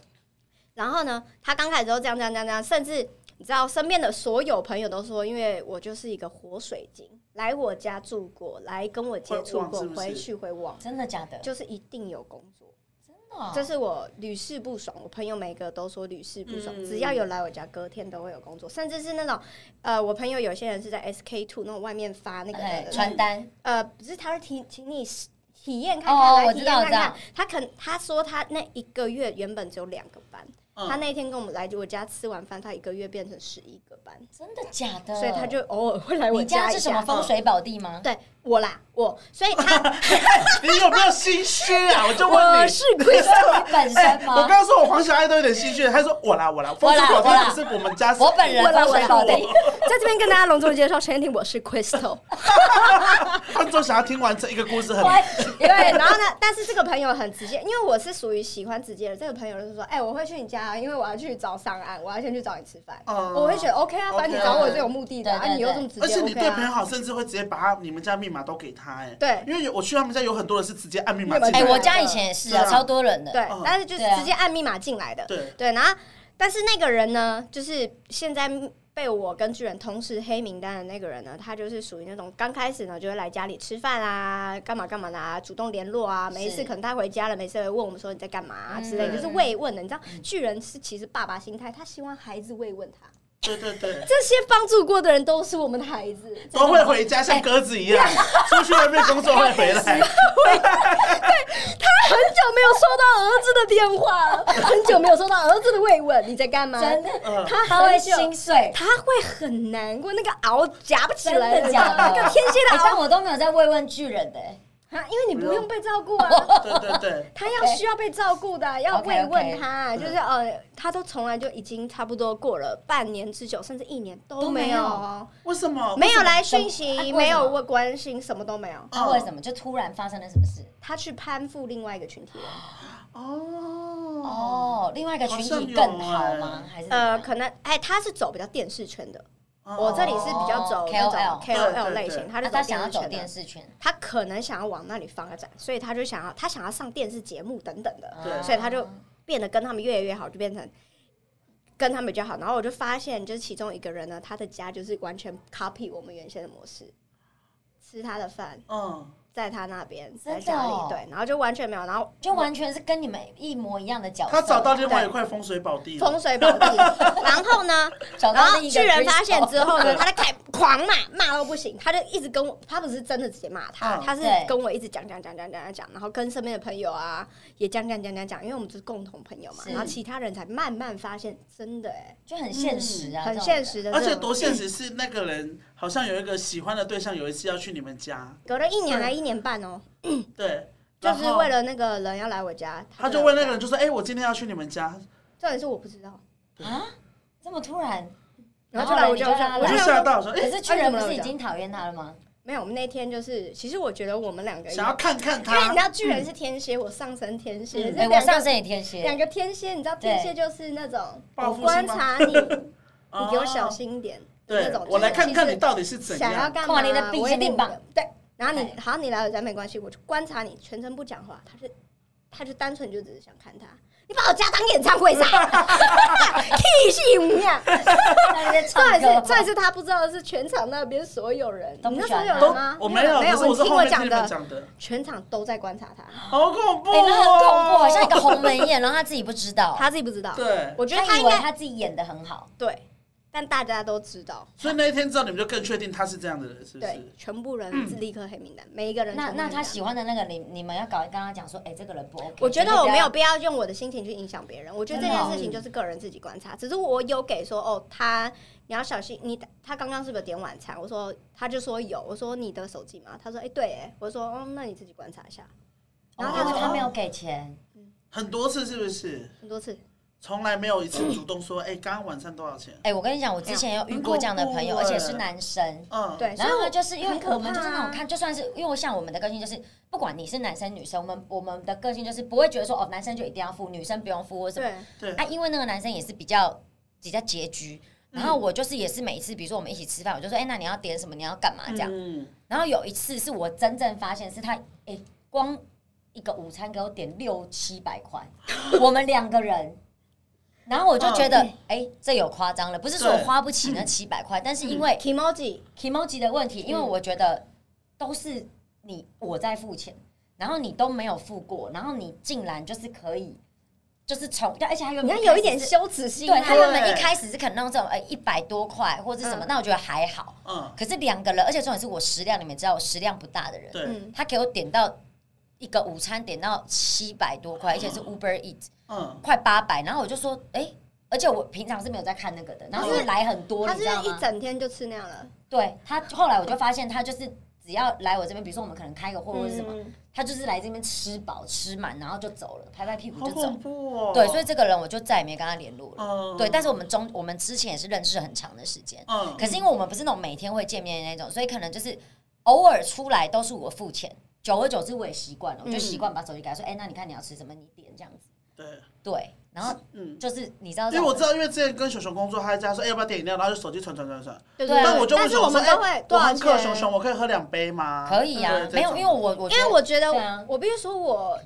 [SPEAKER 3] 然后呢，他刚开始都这样这样这样这样，甚至你知道，身边的所有朋友都说，因为我就是一个活水晶，来我家住过，来跟我接触
[SPEAKER 4] 会
[SPEAKER 3] 过，
[SPEAKER 4] 忘是不是
[SPEAKER 3] 回去会忘，
[SPEAKER 1] 真的假的？
[SPEAKER 3] 就是一定有工作。
[SPEAKER 1] 真的哦
[SPEAKER 3] 这是我屡试不爽，我朋友每个都说屡试不爽，
[SPEAKER 4] 嗯
[SPEAKER 3] 只要有来我家，隔天都会有工作，甚至是那种呃，我朋友有些人是在 SK two 那种外面发那个
[SPEAKER 1] 哎
[SPEAKER 3] 的
[SPEAKER 1] 传单，
[SPEAKER 3] 呃，不是，他会提请你试体验看
[SPEAKER 1] 哦
[SPEAKER 3] 看，
[SPEAKER 1] 我
[SPEAKER 3] 来
[SPEAKER 1] 知
[SPEAKER 3] 体验
[SPEAKER 1] 道
[SPEAKER 3] 看
[SPEAKER 1] 我
[SPEAKER 3] 看。他肯他说他那一个月原本只有两个班，
[SPEAKER 4] 嗯
[SPEAKER 3] 他那一天跟我们来我家吃完饭，他一个月变成十一个班，
[SPEAKER 1] 真的假的？
[SPEAKER 3] 所以他就偶尔会来
[SPEAKER 1] 嗯
[SPEAKER 3] 我
[SPEAKER 1] 你家
[SPEAKER 3] 一
[SPEAKER 1] 是什么
[SPEAKER 3] 下。嗯
[SPEAKER 1] 风水宝地吗？
[SPEAKER 3] 对我啦，我，所以他
[SPEAKER 4] 你有没有心虚
[SPEAKER 3] (laughs)
[SPEAKER 4] 啊？我就问
[SPEAKER 3] 我哎
[SPEAKER 4] 你。哎
[SPEAKER 3] 是 Crystal，
[SPEAKER 1] 你本身
[SPEAKER 4] 我
[SPEAKER 1] 吗？
[SPEAKER 4] 刚说我黄小爱都有点心虚，他说我啦我啦，风水宝
[SPEAKER 1] 我啦
[SPEAKER 4] 地不是我们家，
[SPEAKER 1] 我本人
[SPEAKER 3] 我啦
[SPEAKER 1] 风
[SPEAKER 3] 我
[SPEAKER 1] 水
[SPEAKER 3] 啦
[SPEAKER 1] 宝地，
[SPEAKER 3] 在这边跟大家隆重介绍 c h a n t i n 我是 Crystal。
[SPEAKER 4] 观众想要听完这一个故事很
[SPEAKER 3] 对，然后呢？但是这个朋友很直接，因为我是属于喜欢直接的。这个朋友就是说，哎、我会去你家啊，因为我要去找上岸，我要先去找你吃饭。
[SPEAKER 4] 哦
[SPEAKER 3] 我会觉得 OK 啊，反正你
[SPEAKER 4] OK 啊
[SPEAKER 3] 找我是有目的的啊，
[SPEAKER 1] 对对对
[SPEAKER 3] 啊你又这么直接
[SPEAKER 4] 而且你
[SPEAKER 3] ，OK
[SPEAKER 4] 对朋友
[SPEAKER 3] 啊。
[SPEAKER 4] 好，甚至会直接把他你们家密码都给他、哎，
[SPEAKER 3] 对
[SPEAKER 4] 因为有我去他们家有很多人是直接按密码
[SPEAKER 3] 密码
[SPEAKER 4] 进
[SPEAKER 1] 哎，
[SPEAKER 4] 来，
[SPEAKER 1] 我家以前也是啊，
[SPEAKER 4] 对啊
[SPEAKER 1] 超多人的。
[SPEAKER 3] 对
[SPEAKER 4] 哦，
[SPEAKER 3] 但是就是
[SPEAKER 1] 对啊
[SPEAKER 3] 直接按密码进来的。
[SPEAKER 4] 对，
[SPEAKER 3] 对，然后但是那个人呢，就是现在被我跟巨人同时黑名单的那个人呢，他就是属于那种刚开始呢就会来家里吃饭啊，干嘛干嘛的啊，主动联络啊，没
[SPEAKER 1] 是
[SPEAKER 3] 事可能他回家了，没事会问我们说你在干嘛、啊、之类的，
[SPEAKER 1] 嗯
[SPEAKER 3] 就是慰问的。你知道巨人是其实爸爸心态，他希望孩子慰问他。
[SPEAKER 4] 对对对，
[SPEAKER 3] 这些帮助过的人都是我们的孩
[SPEAKER 1] 哦
[SPEAKER 3] 子，
[SPEAKER 4] 都会回家像鸽子一样，
[SPEAKER 3] 哎
[SPEAKER 4] 出去外面工作会
[SPEAKER 3] (laughs)
[SPEAKER 4] 回来，
[SPEAKER 3] 很久没有收到儿子的电话了，很久没有收到儿子的慰问，你在干嘛？
[SPEAKER 1] 真的，
[SPEAKER 4] 嗯，
[SPEAKER 3] 他
[SPEAKER 1] 他会
[SPEAKER 3] 很久
[SPEAKER 1] 心碎。
[SPEAKER 3] 他会很难过，那个熬夹不起
[SPEAKER 1] 真
[SPEAKER 3] 来
[SPEAKER 1] 的假的？
[SPEAKER 3] 那个天蝎
[SPEAKER 1] 哎
[SPEAKER 3] 的
[SPEAKER 1] 但
[SPEAKER 3] 熬。
[SPEAKER 1] 我都没有在慰问巨人的、欸
[SPEAKER 3] 啊，因为你不用被照 (laughs) 顾啊。
[SPEAKER 4] 对对对，
[SPEAKER 3] 他要需要被照顾 (laughs) 的，啊要慰
[SPEAKER 1] OK，OK
[SPEAKER 3] 问他就是呃，他都从来就已经差不多过了半年之久，甚至一年
[SPEAKER 1] 都
[SPEAKER 3] 都
[SPEAKER 1] 没
[SPEAKER 3] 没
[SPEAKER 1] 有
[SPEAKER 3] 有哦，
[SPEAKER 4] 为什么？
[SPEAKER 3] 没有
[SPEAKER 4] 为什么
[SPEAKER 3] 来讯
[SPEAKER 1] 怎么
[SPEAKER 3] 息，
[SPEAKER 1] 啊
[SPEAKER 3] 没
[SPEAKER 1] 为
[SPEAKER 3] 有
[SPEAKER 1] 什么
[SPEAKER 3] 问关心，什么都没有。
[SPEAKER 1] 那
[SPEAKER 4] 嗯
[SPEAKER 1] 为什么就突然发生了什么事？
[SPEAKER 3] 他去攀附另外一个群体了，
[SPEAKER 4] 哦
[SPEAKER 1] 哦，另外一个群
[SPEAKER 4] 好像
[SPEAKER 1] 体
[SPEAKER 4] 有
[SPEAKER 1] 更好
[SPEAKER 4] 哎
[SPEAKER 1] 吗？还是
[SPEAKER 3] 呃，可能哎，他是走比较电视圈的，
[SPEAKER 4] 哦，
[SPEAKER 3] 我这里是比较走那种
[SPEAKER 1] KOL
[SPEAKER 4] 对对
[SPEAKER 3] KOL
[SPEAKER 4] 对
[SPEAKER 3] 类型，他
[SPEAKER 1] 啊
[SPEAKER 3] 是
[SPEAKER 1] 他
[SPEAKER 3] 走
[SPEAKER 1] 想要
[SPEAKER 3] 电视
[SPEAKER 1] 走
[SPEAKER 3] 圈
[SPEAKER 1] 电
[SPEAKER 3] 的。
[SPEAKER 1] 视圈，
[SPEAKER 3] 他可能想要往那里发展，所以他就想要他想要上电视节目等等的，
[SPEAKER 1] 哦啊
[SPEAKER 4] 对
[SPEAKER 3] 所以他就变得跟他们越来越好，就变成跟他们比较好。然后我就发现，就是其中一个人呢，他的家就是完全 copy 我们原先的模式，吃他的饭，
[SPEAKER 4] 嗯，
[SPEAKER 3] 在他那边，
[SPEAKER 1] 真的
[SPEAKER 3] 在家里
[SPEAKER 1] 哦
[SPEAKER 3] 对，然后就完全没有，然后
[SPEAKER 1] 就完全是跟你们一模一样的角色。
[SPEAKER 4] 他找到另外一块风水宝地了，
[SPEAKER 3] 风水宝
[SPEAKER 1] (laughs)
[SPEAKER 3] 地。然后呢，
[SPEAKER 1] 找
[SPEAKER 3] 然
[SPEAKER 1] 到
[SPEAKER 3] 后
[SPEAKER 1] 另一
[SPEAKER 3] 巨
[SPEAKER 1] 个
[SPEAKER 3] 人发现
[SPEAKER 1] Crystal
[SPEAKER 3] 之后
[SPEAKER 1] (laughs)
[SPEAKER 3] 呢，他就开始狂骂，骂到不行，他就一直跟我，他不是真的直接骂他，
[SPEAKER 4] 嗯
[SPEAKER 3] 他是
[SPEAKER 1] 对
[SPEAKER 3] 跟我一直讲讲讲讲讲讲讲，然后跟身边的朋友啊也讲讲讲讲讲，因为我们就是共同朋友嘛，
[SPEAKER 1] 是
[SPEAKER 3] 然后其他人才慢慢发现，真的哎、
[SPEAKER 1] 就很现实啊，
[SPEAKER 3] 很
[SPEAKER 1] 这种
[SPEAKER 3] 现
[SPEAKER 1] 人。
[SPEAKER 3] 实的这
[SPEAKER 4] 而
[SPEAKER 3] 种，
[SPEAKER 4] 且多现实是那个人好像有一个喜欢的对象，有一次要去你们家，
[SPEAKER 3] 隔了一年还一年半哦、
[SPEAKER 4] 对，
[SPEAKER 3] 就
[SPEAKER 4] 然
[SPEAKER 3] 是
[SPEAKER 4] 后
[SPEAKER 3] 为了那个人要来我家，
[SPEAKER 4] 他就问那个人，就说：“哎，我今天要去你们家。
[SPEAKER 3] 重点是我不知道，
[SPEAKER 1] 啊，这么突然，然
[SPEAKER 3] 然
[SPEAKER 1] 后
[SPEAKER 3] 后就来
[SPEAKER 1] 嘞
[SPEAKER 3] 我
[SPEAKER 1] 你
[SPEAKER 3] 家，
[SPEAKER 1] 就
[SPEAKER 3] 我就
[SPEAKER 1] 让他”
[SPEAKER 3] 我
[SPEAKER 4] 我
[SPEAKER 1] 来
[SPEAKER 4] 就
[SPEAKER 3] 想
[SPEAKER 4] 吓
[SPEAKER 3] 说
[SPEAKER 4] 到说：“
[SPEAKER 1] (laughs) 可
[SPEAKER 4] 哎，
[SPEAKER 1] 是巨人不是已
[SPEAKER 3] 啊你
[SPEAKER 1] 经讨厌他了吗？
[SPEAKER 3] 没有，我们那天就是，其实我觉得我们两个
[SPEAKER 4] 想要看看
[SPEAKER 3] 因为你
[SPEAKER 4] 他
[SPEAKER 3] 知，道巨人是天蝎，我上升天蝎，
[SPEAKER 4] 嗯
[SPEAKER 3] 这
[SPEAKER 1] 哎，
[SPEAKER 3] 两
[SPEAKER 1] 我
[SPEAKER 3] 个
[SPEAKER 1] 上升也天
[SPEAKER 3] 两
[SPEAKER 1] 蝎，
[SPEAKER 3] 个天蝎，你知道天蝎就是那种
[SPEAKER 4] 报
[SPEAKER 3] 我
[SPEAKER 4] 复
[SPEAKER 3] 观
[SPEAKER 4] 心吗
[SPEAKER 3] 察你，你
[SPEAKER 4] (laughs) 哦
[SPEAKER 3] 给我小。心一点，那
[SPEAKER 4] 对
[SPEAKER 3] 种，
[SPEAKER 4] 我来看看你
[SPEAKER 3] 到
[SPEAKER 4] 到底是怎
[SPEAKER 3] 想要
[SPEAKER 4] 样。
[SPEAKER 3] 干
[SPEAKER 1] 跨
[SPEAKER 3] 嘛，啊
[SPEAKER 1] 你的鼻
[SPEAKER 3] 我也
[SPEAKER 1] 子
[SPEAKER 3] 不
[SPEAKER 1] 定吧哎
[SPEAKER 3] 对，然后你
[SPEAKER 1] 对
[SPEAKER 3] 好，你来我家没关系，我就观察你，全程不讲话，他是他就单纯就只是想看他。你把我家当演唱会噻，
[SPEAKER 1] (laughs)
[SPEAKER 3] 气死你啊！
[SPEAKER 1] 他 (laughs) 们在
[SPEAKER 3] 重
[SPEAKER 1] 唱
[SPEAKER 3] 点
[SPEAKER 1] 歌
[SPEAKER 3] 是，重
[SPEAKER 1] 吗
[SPEAKER 3] 点。是他不知道的是全场那边所有人，
[SPEAKER 1] 都
[SPEAKER 3] 你
[SPEAKER 1] 不
[SPEAKER 3] 那
[SPEAKER 1] 喜
[SPEAKER 3] 时候
[SPEAKER 1] 欢
[SPEAKER 3] 有
[SPEAKER 1] 他
[SPEAKER 4] 都
[SPEAKER 3] 人吗？
[SPEAKER 4] 我没有，
[SPEAKER 3] 没有，
[SPEAKER 4] 可是我是
[SPEAKER 3] 你听
[SPEAKER 4] 后
[SPEAKER 3] 我
[SPEAKER 4] 面听
[SPEAKER 3] 讲
[SPEAKER 4] 你
[SPEAKER 3] 的
[SPEAKER 4] 们，讲的，
[SPEAKER 3] 全场都在观察他，
[SPEAKER 4] 好恐怖
[SPEAKER 1] 哎、那很恐怖，
[SPEAKER 4] 哦，
[SPEAKER 1] 好像一个红门宴，然后他自己不知道，
[SPEAKER 3] 他自己不知道。
[SPEAKER 4] 对，
[SPEAKER 3] 我觉得
[SPEAKER 1] 他
[SPEAKER 3] 他
[SPEAKER 1] 以
[SPEAKER 3] 应
[SPEAKER 1] 为
[SPEAKER 3] 该
[SPEAKER 1] 他自己演的很好，
[SPEAKER 3] 对，但大家都知道，
[SPEAKER 4] 所以那一天之后，你们就更确定他是这样的人，是不
[SPEAKER 3] 对
[SPEAKER 4] 是？，
[SPEAKER 3] 全部人是立刻黑名单，每一个人。
[SPEAKER 1] 嗯那那他喜，欢的那个你，你们要搞跟他讲说，哎、这个人不 OK。
[SPEAKER 3] 我觉
[SPEAKER 1] 就
[SPEAKER 3] 得
[SPEAKER 1] 是不
[SPEAKER 3] 我
[SPEAKER 1] 要哦
[SPEAKER 3] 没有，必要用我的心情去影响别人。我觉得这
[SPEAKER 1] 真的哦
[SPEAKER 3] 件事情就是个人自己观察，只是我有给说哦，他你要小心，你他刚刚是不是有点晚餐？我说他就说有，我说你的手机吗？他说哎、对哎，我说哦那你自己观察一下。然后
[SPEAKER 1] 哦因
[SPEAKER 3] 他
[SPEAKER 1] 为
[SPEAKER 3] 说
[SPEAKER 1] 他
[SPEAKER 3] 哦
[SPEAKER 1] 没有给钱，
[SPEAKER 4] 很多次是不是？
[SPEAKER 3] 很多次，
[SPEAKER 4] 从来没有一次主动说，哎，刚刚晚餐多少钱？
[SPEAKER 1] 哎、我跟你讲，我之前有遇过这样的朋友，
[SPEAKER 4] 很恐怖哎
[SPEAKER 1] 而且是男生。
[SPEAKER 4] 嗯，
[SPEAKER 3] 对，所
[SPEAKER 1] 然
[SPEAKER 3] 以
[SPEAKER 1] 后
[SPEAKER 3] 我
[SPEAKER 1] 他就是因为
[SPEAKER 3] 很可怕啊
[SPEAKER 1] 我们就是那种看，就算是因为像我们的个性就是，不管你是男生女生，我们我们的个性就是不会觉得说哦，男生就一定要付，女生不用付或什么。
[SPEAKER 3] 对
[SPEAKER 4] 对，
[SPEAKER 1] 啊，因为那个男生也是比较比较拮据，然
[SPEAKER 3] 嗯
[SPEAKER 1] 后我就是也是每一次，比如说我们一起吃饭，我就说，哎、那你要点什么？你要干嘛？这样。
[SPEAKER 4] 嗯，
[SPEAKER 1] 然后有一次是我真正发现是他，哎、光一个午餐给我点六七百
[SPEAKER 3] (laughs)
[SPEAKER 1] 块，我们两个人。然后我就觉得，哎、这有夸张了。不是说我
[SPEAKER 4] 对
[SPEAKER 1] 花不起
[SPEAKER 3] 嗯
[SPEAKER 1] 那七百块，但是因为
[SPEAKER 3] k i m o j i
[SPEAKER 1] emoji 的问
[SPEAKER 3] 嗯
[SPEAKER 1] 题，因为我觉得都是你我在付钱，然后你都没有付过，然后你竟然就是可以，就是从，对而且还有
[SPEAKER 3] 你看有一点羞耻心啊，
[SPEAKER 1] 对他原本一
[SPEAKER 4] 对
[SPEAKER 1] 开始是可能弄这种呃一百多块或者是什么，
[SPEAKER 3] 嗯
[SPEAKER 1] 那我觉得还好。
[SPEAKER 4] 嗯，
[SPEAKER 1] 可是两个人，而且重点是我食量，你们知道我食量不大的人，
[SPEAKER 4] 对，
[SPEAKER 3] 嗯，
[SPEAKER 1] 他给我点到一个午餐点到七百多块，而且是 Uber Eat
[SPEAKER 4] 嗯，
[SPEAKER 1] 快八百，然后我就说，哎、而且我平常是没有在看那个的，然后因为来很多，
[SPEAKER 3] 他
[SPEAKER 1] 你
[SPEAKER 3] 是
[SPEAKER 1] 知道
[SPEAKER 3] 一
[SPEAKER 1] 吗？
[SPEAKER 3] 整天就吃那样了，
[SPEAKER 1] 对他后来我就发现，他就是只要来我这边，比如说我们可能开个会或者是什么，
[SPEAKER 3] 嗯
[SPEAKER 1] 他就是来这边吃饱吃满，然后就走了，拍拍屁股
[SPEAKER 4] 好
[SPEAKER 1] 就走
[SPEAKER 4] 恐。怖哦。
[SPEAKER 1] 对，所以这个人我就再也没跟他联络了。
[SPEAKER 4] 嗯，
[SPEAKER 1] 对，但是我们中我们之前也是认识很长的时间，
[SPEAKER 4] 嗯，
[SPEAKER 1] 可是因为我们不是那种每天会见面的那种，所以可能就是偶尔出来都是我付钱，久而久之我也习惯了，我就习惯把手机给他说，哎、那你看你要吃什么，你点这样子。
[SPEAKER 4] 对，
[SPEAKER 1] 对，然后
[SPEAKER 4] 嗯，
[SPEAKER 1] 就是你知道
[SPEAKER 4] 因
[SPEAKER 1] 这
[SPEAKER 4] 为
[SPEAKER 1] 种，
[SPEAKER 4] 我知道，因为之前跟熊熊工作，他在家说，哎，要不要点饮料？然后就手机传传传传。
[SPEAKER 3] 对
[SPEAKER 1] 对啊
[SPEAKER 3] 对。
[SPEAKER 4] 但我就问
[SPEAKER 3] 但是我
[SPEAKER 4] 熊熊
[SPEAKER 3] 们
[SPEAKER 4] 说，
[SPEAKER 3] 都会
[SPEAKER 4] 哎，我
[SPEAKER 3] 多少
[SPEAKER 4] 很渴，
[SPEAKER 3] 钱
[SPEAKER 4] 熊熊，我可以喝两杯吗？
[SPEAKER 1] 可以啊，
[SPEAKER 4] 对
[SPEAKER 1] 没有，因为我我觉
[SPEAKER 3] 因
[SPEAKER 1] 得
[SPEAKER 3] 为我觉
[SPEAKER 1] 对啊
[SPEAKER 3] 得，我必须说我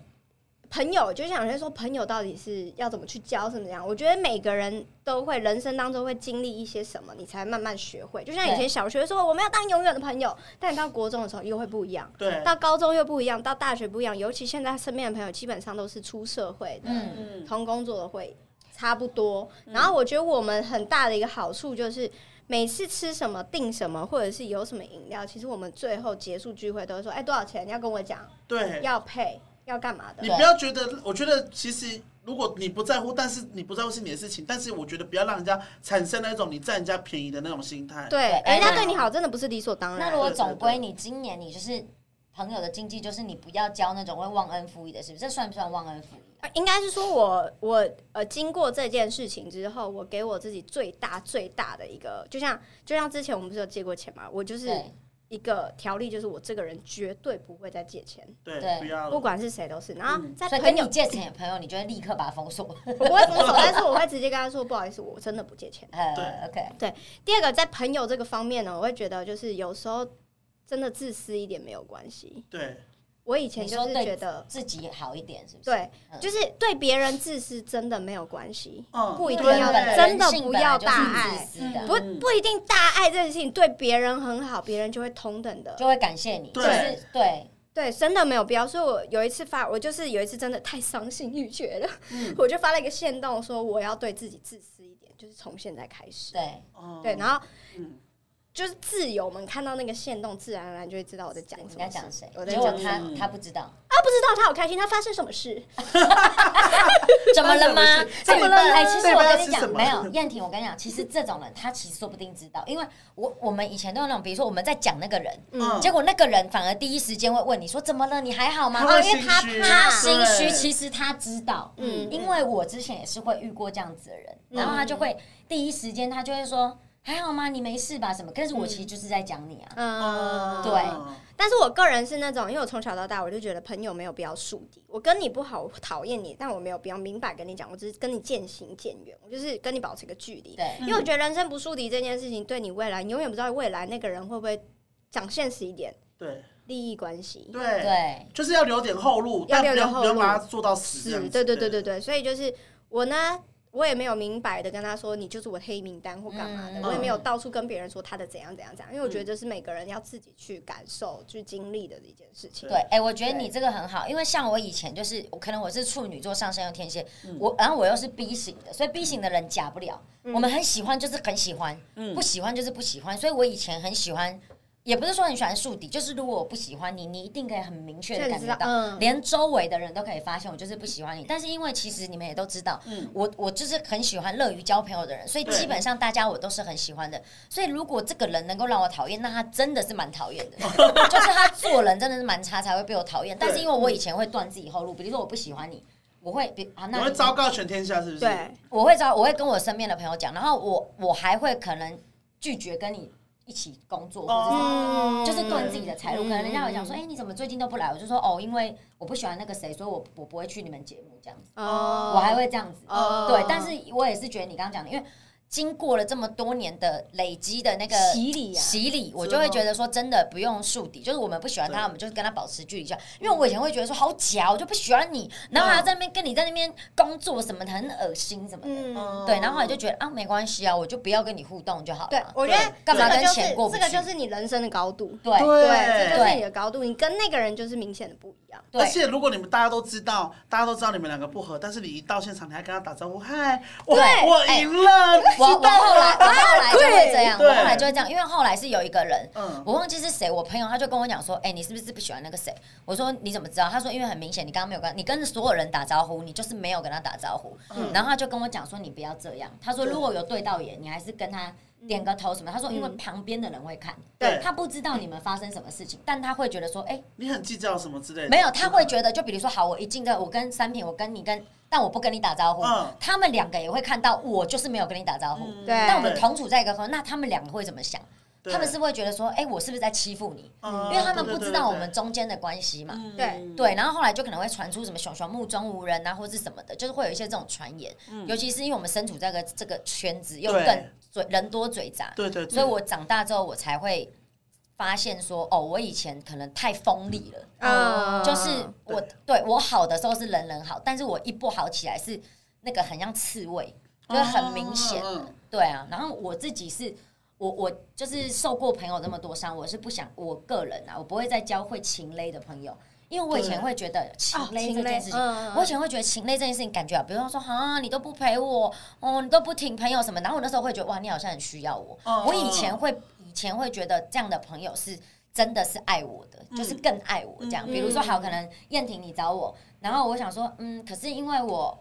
[SPEAKER 3] 朋友，就像有些说朋友到底是要怎么去交，怎么样？我觉得每个人都会人生当中会经历一些什么，你才慢慢学会。就像以
[SPEAKER 1] 对
[SPEAKER 3] 前小学说我们要当永远的朋友，但你到国中的时候又会不一样，
[SPEAKER 4] 对，
[SPEAKER 3] 到高中又不一样，到大学不一样。尤其现在身边的朋友基本上都是出社会的，
[SPEAKER 1] 嗯。
[SPEAKER 4] 嗯，
[SPEAKER 3] 同工作的会差不多。然后我觉得我们很大的一个好处就是，每次吃什么订什么，或者是有什么饮料，其实我们最后结束聚会都会说：“哎、多少钱？你要跟我讲，
[SPEAKER 4] 对，
[SPEAKER 1] 嗯
[SPEAKER 3] 要配，要干嘛的
[SPEAKER 4] 你不要觉得，我觉得其实如果你不在乎，但是你不在乎是你的事情，但是我觉得不要让人家产生那种你占人家便宜的那种心态？”。
[SPEAKER 3] 对，
[SPEAKER 1] 哎
[SPEAKER 3] 人家
[SPEAKER 1] 那
[SPEAKER 3] 对你好，真的不是理所当
[SPEAKER 1] 那
[SPEAKER 3] 然
[SPEAKER 1] 如。果
[SPEAKER 4] 对对
[SPEAKER 1] 总
[SPEAKER 4] 对
[SPEAKER 1] 归你今年你就是朋友的禁忌就是你不要交那种会忘恩负义的，是不是？这算不算忘恩负义？
[SPEAKER 3] 呃应该是说我我呃，经过这件事情之后，我给我自己最大最大的一个，就像就像之前我们不是有借过钱嘛，我就是
[SPEAKER 1] 对
[SPEAKER 3] 一个条例，就是我这个人绝对不会再借钱，
[SPEAKER 4] 对，
[SPEAKER 1] 对
[SPEAKER 4] 不要
[SPEAKER 3] 不
[SPEAKER 4] 了。
[SPEAKER 3] 管是谁都是。然后
[SPEAKER 4] 嗯
[SPEAKER 3] 在
[SPEAKER 1] 所以
[SPEAKER 3] 朋
[SPEAKER 1] 跟
[SPEAKER 3] 友
[SPEAKER 1] 你，借钱的朋友，你就会立刻把他封
[SPEAKER 3] (laughs)
[SPEAKER 1] 锁。
[SPEAKER 3] 我不会封锁，但是我会直接跟他说不好意思，我真的不借
[SPEAKER 1] (laughs)
[SPEAKER 3] 钱。
[SPEAKER 1] 呃
[SPEAKER 4] 对
[SPEAKER 1] ，OK，
[SPEAKER 3] 第二个，在朋友这个方面呢，我会觉得就是有时候真的自私一点没有关系。
[SPEAKER 4] 对，
[SPEAKER 3] 我以前
[SPEAKER 1] 你
[SPEAKER 3] 就
[SPEAKER 1] 说
[SPEAKER 3] 是
[SPEAKER 1] 对
[SPEAKER 3] 觉得，
[SPEAKER 1] 自己好一点，是不是？
[SPEAKER 3] 对，
[SPEAKER 1] 嗯
[SPEAKER 3] 就是对别人自私真的没有关系，
[SPEAKER 4] 嗯，
[SPEAKER 3] 不一定
[SPEAKER 4] 对
[SPEAKER 3] 要
[SPEAKER 1] 人
[SPEAKER 3] 真的
[SPEAKER 1] 性
[SPEAKER 3] 不
[SPEAKER 1] 本来
[SPEAKER 3] 要
[SPEAKER 1] 就是
[SPEAKER 3] 大爱
[SPEAKER 1] 自私的
[SPEAKER 4] 嗯
[SPEAKER 3] 不不一定大爱这件事情对别人很好，别人就会同等的。
[SPEAKER 1] 就会感谢你。
[SPEAKER 4] 对
[SPEAKER 1] 就是对，
[SPEAKER 3] 对，真的没有必要。所以我有一次发，我就是有一次真的太伤心欲绝了，
[SPEAKER 4] 嗯
[SPEAKER 3] (laughs) 我就发了一个线动，说我要对自己自私一点，就是从现在开始。
[SPEAKER 1] 对，
[SPEAKER 4] 嗯
[SPEAKER 3] 对，然后
[SPEAKER 4] 嗯
[SPEAKER 3] 就是自由们看到那个线动，自然而然就会知道我在讲
[SPEAKER 1] 你
[SPEAKER 3] 什
[SPEAKER 1] 在
[SPEAKER 3] 么
[SPEAKER 1] 讲
[SPEAKER 3] 事
[SPEAKER 1] 谁
[SPEAKER 3] 我？在
[SPEAKER 1] 结
[SPEAKER 3] 讲
[SPEAKER 1] 果
[SPEAKER 3] 什么
[SPEAKER 1] 他
[SPEAKER 4] 嗯
[SPEAKER 1] 他不知道，
[SPEAKER 3] (laughs) 啊，不知道他好开心，他发生什么事？
[SPEAKER 1] 怎么了吗？
[SPEAKER 4] 这
[SPEAKER 1] 怎
[SPEAKER 4] 礼拜
[SPEAKER 1] 么了吗？哎，其
[SPEAKER 4] 这
[SPEAKER 1] 实
[SPEAKER 4] 礼
[SPEAKER 1] 我
[SPEAKER 4] 拜要
[SPEAKER 1] 跟你
[SPEAKER 4] 吃什
[SPEAKER 1] 讲，
[SPEAKER 4] 么
[SPEAKER 1] 没有燕婷，我跟你讲，其实这种人他其实说不定知道，因为我我们以前都有那种，比如说我们在讲那个人，
[SPEAKER 4] 嗯
[SPEAKER 1] 结果那个人反而第一时间会问你说怎么了？你还好吗？
[SPEAKER 4] 他会
[SPEAKER 1] 哦，因为他
[SPEAKER 4] 心虚
[SPEAKER 1] 他心虚，
[SPEAKER 4] 对
[SPEAKER 1] 其实他知道，
[SPEAKER 3] 嗯
[SPEAKER 1] 嗯，因为我之前也是会遇过这样子的人，然后他就会第一时间他就会说还好吗？你没事吧？什么？但是我其实就是在讲你啊，
[SPEAKER 3] 嗯，
[SPEAKER 1] 对
[SPEAKER 4] 嗯
[SPEAKER 3] 但是我个人是那种，因为我从小到大我就觉得朋友没有必要树敌。我跟你不好，我讨厌你，但我没有必要明摆跟你讲，我只是跟你渐行渐远，我就是跟你保持一个距
[SPEAKER 4] 嗯
[SPEAKER 3] 离。
[SPEAKER 1] 对
[SPEAKER 3] 因为我觉得人生不树敌这件事情，对你未来，你永远不知道未来那个人会不会讲现实一点，
[SPEAKER 4] 对
[SPEAKER 3] 利益关系。
[SPEAKER 4] 对，
[SPEAKER 1] 对，
[SPEAKER 4] 就是要留点后路，
[SPEAKER 3] 要
[SPEAKER 4] 但
[SPEAKER 3] 留
[SPEAKER 4] 不
[SPEAKER 3] 点
[SPEAKER 4] 要
[SPEAKER 3] 后
[SPEAKER 4] 不要
[SPEAKER 3] 路
[SPEAKER 4] 把它做到死这样
[SPEAKER 3] 是，
[SPEAKER 4] 子。
[SPEAKER 3] 对对对对对，所以就是我呢，我也没有明摆的跟他说你就是我黑名单或干嘛的，
[SPEAKER 1] 嗯
[SPEAKER 3] 我也没有到处跟别人说他的怎样怎样怎样，因为我觉得这是每个人要自己去感受、去经历的一件事情。
[SPEAKER 1] 对，哎、我觉得
[SPEAKER 3] 对
[SPEAKER 1] 你这个很好，因为像我以前就是，我可能我是处女座上升又天蝎，我然后我又是 B 型的，所以 B 型的人假不了。我们很喜欢就是很喜欢，不喜欢就是不喜欢，所以我以前很喜欢，也不是说很喜欢树敌，就是如果我不喜欢你，你一定可以很明确
[SPEAKER 3] 所
[SPEAKER 1] 的
[SPEAKER 3] 以你
[SPEAKER 1] 感
[SPEAKER 3] 知
[SPEAKER 1] 觉
[SPEAKER 3] 道，
[SPEAKER 1] 到。
[SPEAKER 3] 嗯，
[SPEAKER 1] 连周围的人都可以发现我就是不喜欢你，但是因为其实你们也都知道，
[SPEAKER 4] 嗯
[SPEAKER 1] 我我就是很喜欢乐于交朋友的人，所以
[SPEAKER 4] 对
[SPEAKER 1] 基本上大家我都是很喜欢的。所以如果这个人能够让我讨厌，那他真的是蛮讨厌的，就是他做人真的是蛮差才会被我讨厌。但是因为我以前会断自己后路，比如说我不喜欢你，我会比啊那
[SPEAKER 4] 我
[SPEAKER 1] 你
[SPEAKER 4] 会昭告全天下，是不是？
[SPEAKER 3] 对，
[SPEAKER 1] 我会找我会跟我身边的朋友讲，然后我我还会可能拒绝跟你一起工作，或者是
[SPEAKER 4] 哦
[SPEAKER 1] 嗯就是断自己的财路。可能人家会讲说，
[SPEAKER 3] 嗯
[SPEAKER 1] 哎、你怎么最近都不来？我就说，哦，因为我不喜欢那个谁，所以我我不会去你们节目这样子，
[SPEAKER 3] 哦
[SPEAKER 1] 哎我还会这样子。
[SPEAKER 3] 哦
[SPEAKER 1] 对，但是我也是觉得你刚刚讲的，因为经过了这么多年的累积的那个。
[SPEAKER 3] 洗礼啊，
[SPEAKER 1] 洗礼，我就会觉得说真的不用树敌，就是我们不喜欢他，
[SPEAKER 4] 对
[SPEAKER 1] 我们就是跟他保持距离就好。因为我以前会觉得说好假，我就不喜欢你，然后
[SPEAKER 3] 嗯
[SPEAKER 1] 还要在那边跟你在那边工作什么的，很恶心什么的。
[SPEAKER 3] 嗯。
[SPEAKER 1] 对，然后后来就觉得啊没关系啊，我就不要跟你互动就好了。
[SPEAKER 3] 对，我觉得
[SPEAKER 4] 对
[SPEAKER 1] 干嘛
[SPEAKER 3] 这个
[SPEAKER 1] 跟
[SPEAKER 3] 就是
[SPEAKER 1] 钱过不
[SPEAKER 3] 这个
[SPEAKER 1] 去
[SPEAKER 3] 就是你人生的高度，
[SPEAKER 1] 对
[SPEAKER 4] 对
[SPEAKER 3] 这就是你的高度，你跟那个人就是明显的不一样。
[SPEAKER 4] 而
[SPEAKER 1] 对
[SPEAKER 4] 且如果你们大家都知道，大家都知道你们两个不合，但是你一到现场，你还跟他打招呼，嗨，我
[SPEAKER 1] 对
[SPEAKER 4] 我赢了，
[SPEAKER 3] 哎
[SPEAKER 1] (laughs) 我
[SPEAKER 4] 你知
[SPEAKER 1] 我后
[SPEAKER 4] 道
[SPEAKER 1] 来
[SPEAKER 4] 吗？
[SPEAKER 1] 我后来就会这样，
[SPEAKER 4] 啊对
[SPEAKER 1] 我后来就会这样，因为后来是有一个人，
[SPEAKER 4] 嗯，
[SPEAKER 1] 我忘记是谁，我朋友他就跟我讲说，哎、你是不是不喜欢那个谁？我说你怎么知道？他说因为很明显，你刚刚没有跟你跟所有人打招呼，你就是没有跟他打招呼。
[SPEAKER 4] 嗯
[SPEAKER 1] 然后他就跟我讲说，你不要这样。他说
[SPEAKER 4] 对
[SPEAKER 1] 如果有对到眼，你还是跟他点个头什么。他说因为旁边的人会看，
[SPEAKER 4] 嗯对
[SPEAKER 1] 他不知道你们发生什么事情，但他会觉得说，哎、
[SPEAKER 4] 你很计较什么之类的？
[SPEAKER 1] 没有，他会觉得，就比如说，好，我一进这，我跟三品，我跟你跟，但我不跟你打招呼，
[SPEAKER 4] 嗯
[SPEAKER 1] 他们两个也会看到我就是没有跟你打招呼，
[SPEAKER 4] 嗯
[SPEAKER 3] 对
[SPEAKER 1] 但我们同处在一个空，那他们两个会怎么想？
[SPEAKER 4] 对
[SPEAKER 1] 他们是不是会觉得说，哎、我是不是在欺负你？
[SPEAKER 4] 嗯
[SPEAKER 1] 因为他们不知道我们中间的关系嘛。
[SPEAKER 4] 对
[SPEAKER 3] 对
[SPEAKER 1] 对，然后后来就可能会传出什么熊熊目中无人啊，或是什么的，就是会有一些这种传言。尤其是因为我们身处在个这个圈子，又
[SPEAKER 4] 嗯对
[SPEAKER 1] 更嘴人多嘴杂，
[SPEAKER 4] 对对，对
[SPEAKER 1] 所以我长大之后我才会发现说，哦，我以前可能太锋利了。
[SPEAKER 3] 嗯，
[SPEAKER 1] 就是我对我好的时候是人人好，但是我一不好起来是那个很像刺猬，就是很明显的。
[SPEAKER 4] 嗯嗯
[SPEAKER 1] 对啊，然后我自己是。我我就是受过朋友那么多伤，我是不想我个人啊，我不会再交会情勒的朋友，因为我以前会觉得情
[SPEAKER 3] 啊
[SPEAKER 1] 勒
[SPEAKER 3] 情
[SPEAKER 1] 这
[SPEAKER 3] 勒
[SPEAKER 1] 件事情，
[SPEAKER 3] 嗯嗯
[SPEAKER 1] 我以前会觉得情勒这件事情感觉啊，比如说啊你都不陪我，哦你都不挺朋友什么，然后我那时候会觉得哇你好像很需要我，
[SPEAKER 4] 嗯
[SPEAKER 1] 我以前会以前会觉得这样的朋友是真的是爱我的，就是更爱我这样。
[SPEAKER 4] 嗯
[SPEAKER 1] 比如说，好，可能燕婷你找我，然后我想说，嗯，可是因为我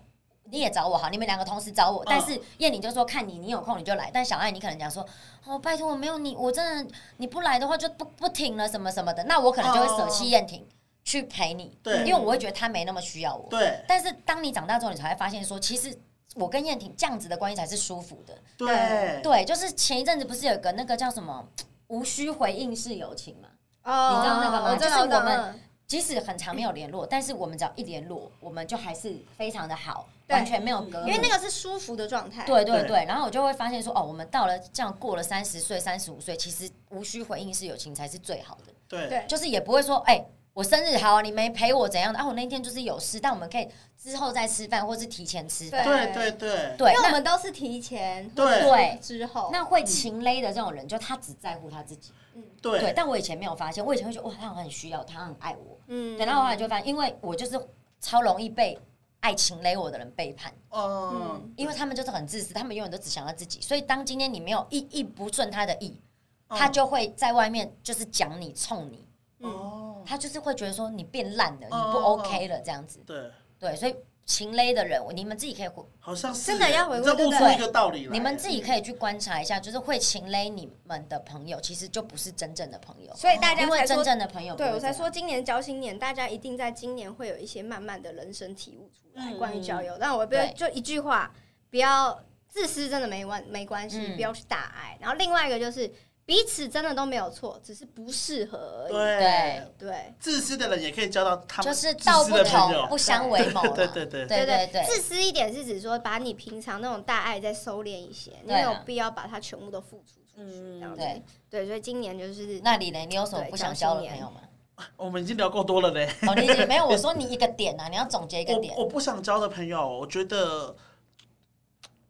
[SPEAKER 1] 你也找我好，你们两个同时找
[SPEAKER 4] 嗯
[SPEAKER 1] 我，但是燕玲就说看你，你有空你就来，但小爱你可能讲说，哦，拜托我没有你，我真的你不来的话就不不停了什么什么的，那我可能就会舍弃燕婷去陪你，
[SPEAKER 4] 哦对
[SPEAKER 1] 因为我会觉得她没那么需要我，
[SPEAKER 4] 对
[SPEAKER 1] 但是当你长大之后，你才会发现说，其实我跟燕婷这样子的关系才是舒服的，
[SPEAKER 4] 对
[SPEAKER 1] 对，就是前一阵子不是有个那个叫什么无需回应式友情嘛，
[SPEAKER 3] 哦
[SPEAKER 1] 你知道那个吗
[SPEAKER 3] 我知道
[SPEAKER 1] 就是
[SPEAKER 3] 知道
[SPEAKER 1] 我们
[SPEAKER 3] 嗯
[SPEAKER 1] 即使很长没有联
[SPEAKER 3] (laughs)
[SPEAKER 1] 络，但是我们只要一联络，我们就还是非常的好，
[SPEAKER 3] 对
[SPEAKER 1] 完全没有隔
[SPEAKER 3] 因
[SPEAKER 1] 阂，
[SPEAKER 3] 为那个是舒服的状态。
[SPEAKER 1] 对对
[SPEAKER 4] 对
[SPEAKER 1] 对，然后我就会发现说，哦，我们到了这样过了三十岁、三十五岁，其实无需回应式友情才是最好的，
[SPEAKER 4] 对
[SPEAKER 3] 对
[SPEAKER 1] 就是也不会说，哎、我生日好啊，你没陪我怎样的啊？我那天就是有事，但我们可以之后再吃饭，或是提前吃饭。
[SPEAKER 4] 对对对
[SPEAKER 1] 对，
[SPEAKER 3] 因为我
[SPEAKER 1] 那
[SPEAKER 3] 们都是提前
[SPEAKER 4] 对
[SPEAKER 3] 或者是
[SPEAKER 1] 对
[SPEAKER 3] 之后，
[SPEAKER 1] 那会情勒的这种人，就他只在乎他自己。
[SPEAKER 3] 嗯
[SPEAKER 1] 对，
[SPEAKER 4] 对
[SPEAKER 1] 但我以前没有发现，我以前会觉得哇，他好像很需要，他很爱我。
[SPEAKER 3] 嗯
[SPEAKER 1] 对，然后后来就发现，因为我就是超容易被爱情勒我的人背叛。
[SPEAKER 4] 嗯，
[SPEAKER 1] 因为他们就是很自私，他们永远都只想要自己。所以当今天你没有意意不顺他的意，
[SPEAKER 4] 嗯
[SPEAKER 1] 他就会在外面就是讲你、冲你，
[SPEAKER 3] 嗯
[SPEAKER 4] 哦，
[SPEAKER 1] 他就是会觉得说你变烂了，你
[SPEAKER 4] 嗯
[SPEAKER 1] 不 OK 了这样子。
[SPEAKER 4] 对，
[SPEAKER 1] 对，所以情勒的人，你们自己可以，
[SPEAKER 4] 好像是
[SPEAKER 3] 真的
[SPEAKER 4] 耶
[SPEAKER 3] 要回
[SPEAKER 4] 你
[SPEAKER 3] 顾
[SPEAKER 4] 这
[SPEAKER 3] 对
[SPEAKER 4] 悟
[SPEAKER 3] 不
[SPEAKER 4] 出
[SPEAKER 1] 对
[SPEAKER 4] 一个道理来，
[SPEAKER 1] 你们自己可以去观察一下，就是会情勒你们的朋友，其实就不是真正的朋友，
[SPEAKER 3] 所以大家
[SPEAKER 1] 因为
[SPEAKER 3] 才
[SPEAKER 1] 真
[SPEAKER 3] 说，
[SPEAKER 1] 正的朋友不会这样，
[SPEAKER 3] 对我才说今年交心年，大家一定在今年会有一些慢慢的人生体悟出来
[SPEAKER 4] 嗯
[SPEAKER 3] 关于交友。那我不要
[SPEAKER 1] 对
[SPEAKER 3] 就一句话，不要自私，真的没关没关系，
[SPEAKER 1] 嗯
[SPEAKER 3] 不要去大爱。然后另外一个就是彼此真的都没有错，只是不适合而已。
[SPEAKER 4] 对
[SPEAKER 1] 对。
[SPEAKER 3] 对
[SPEAKER 4] 自私的人也可以交到他们
[SPEAKER 1] 就是
[SPEAKER 4] 自
[SPEAKER 1] 道
[SPEAKER 4] 私
[SPEAKER 1] 不
[SPEAKER 4] 的朋
[SPEAKER 1] 同
[SPEAKER 4] 友
[SPEAKER 1] 不相为谋嘛。
[SPEAKER 4] 对对对
[SPEAKER 1] 对对对
[SPEAKER 3] 自私一点是指说把你平常那种大爱再收敛一些，你
[SPEAKER 1] 对啊嗯
[SPEAKER 3] 没有必要把它全部都付出出去。这样子
[SPEAKER 1] 对
[SPEAKER 3] 对，所以今年就是
[SPEAKER 1] 那李雷，你有什么
[SPEAKER 3] 对
[SPEAKER 1] 不想交
[SPEAKER 3] 讲
[SPEAKER 1] 的
[SPEAKER 3] 新
[SPEAKER 1] 朋友
[SPEAKER 3] 年
[SPEAKER 1] 吗？
[SPEAKER 4] 我们已经聊够多了嘞。
[SPEAKER 1] 哦，你已经没有，我说你一个点啊，你要总结一个点
[SPEAKER 4] 我。我不想交的朋友，我觉得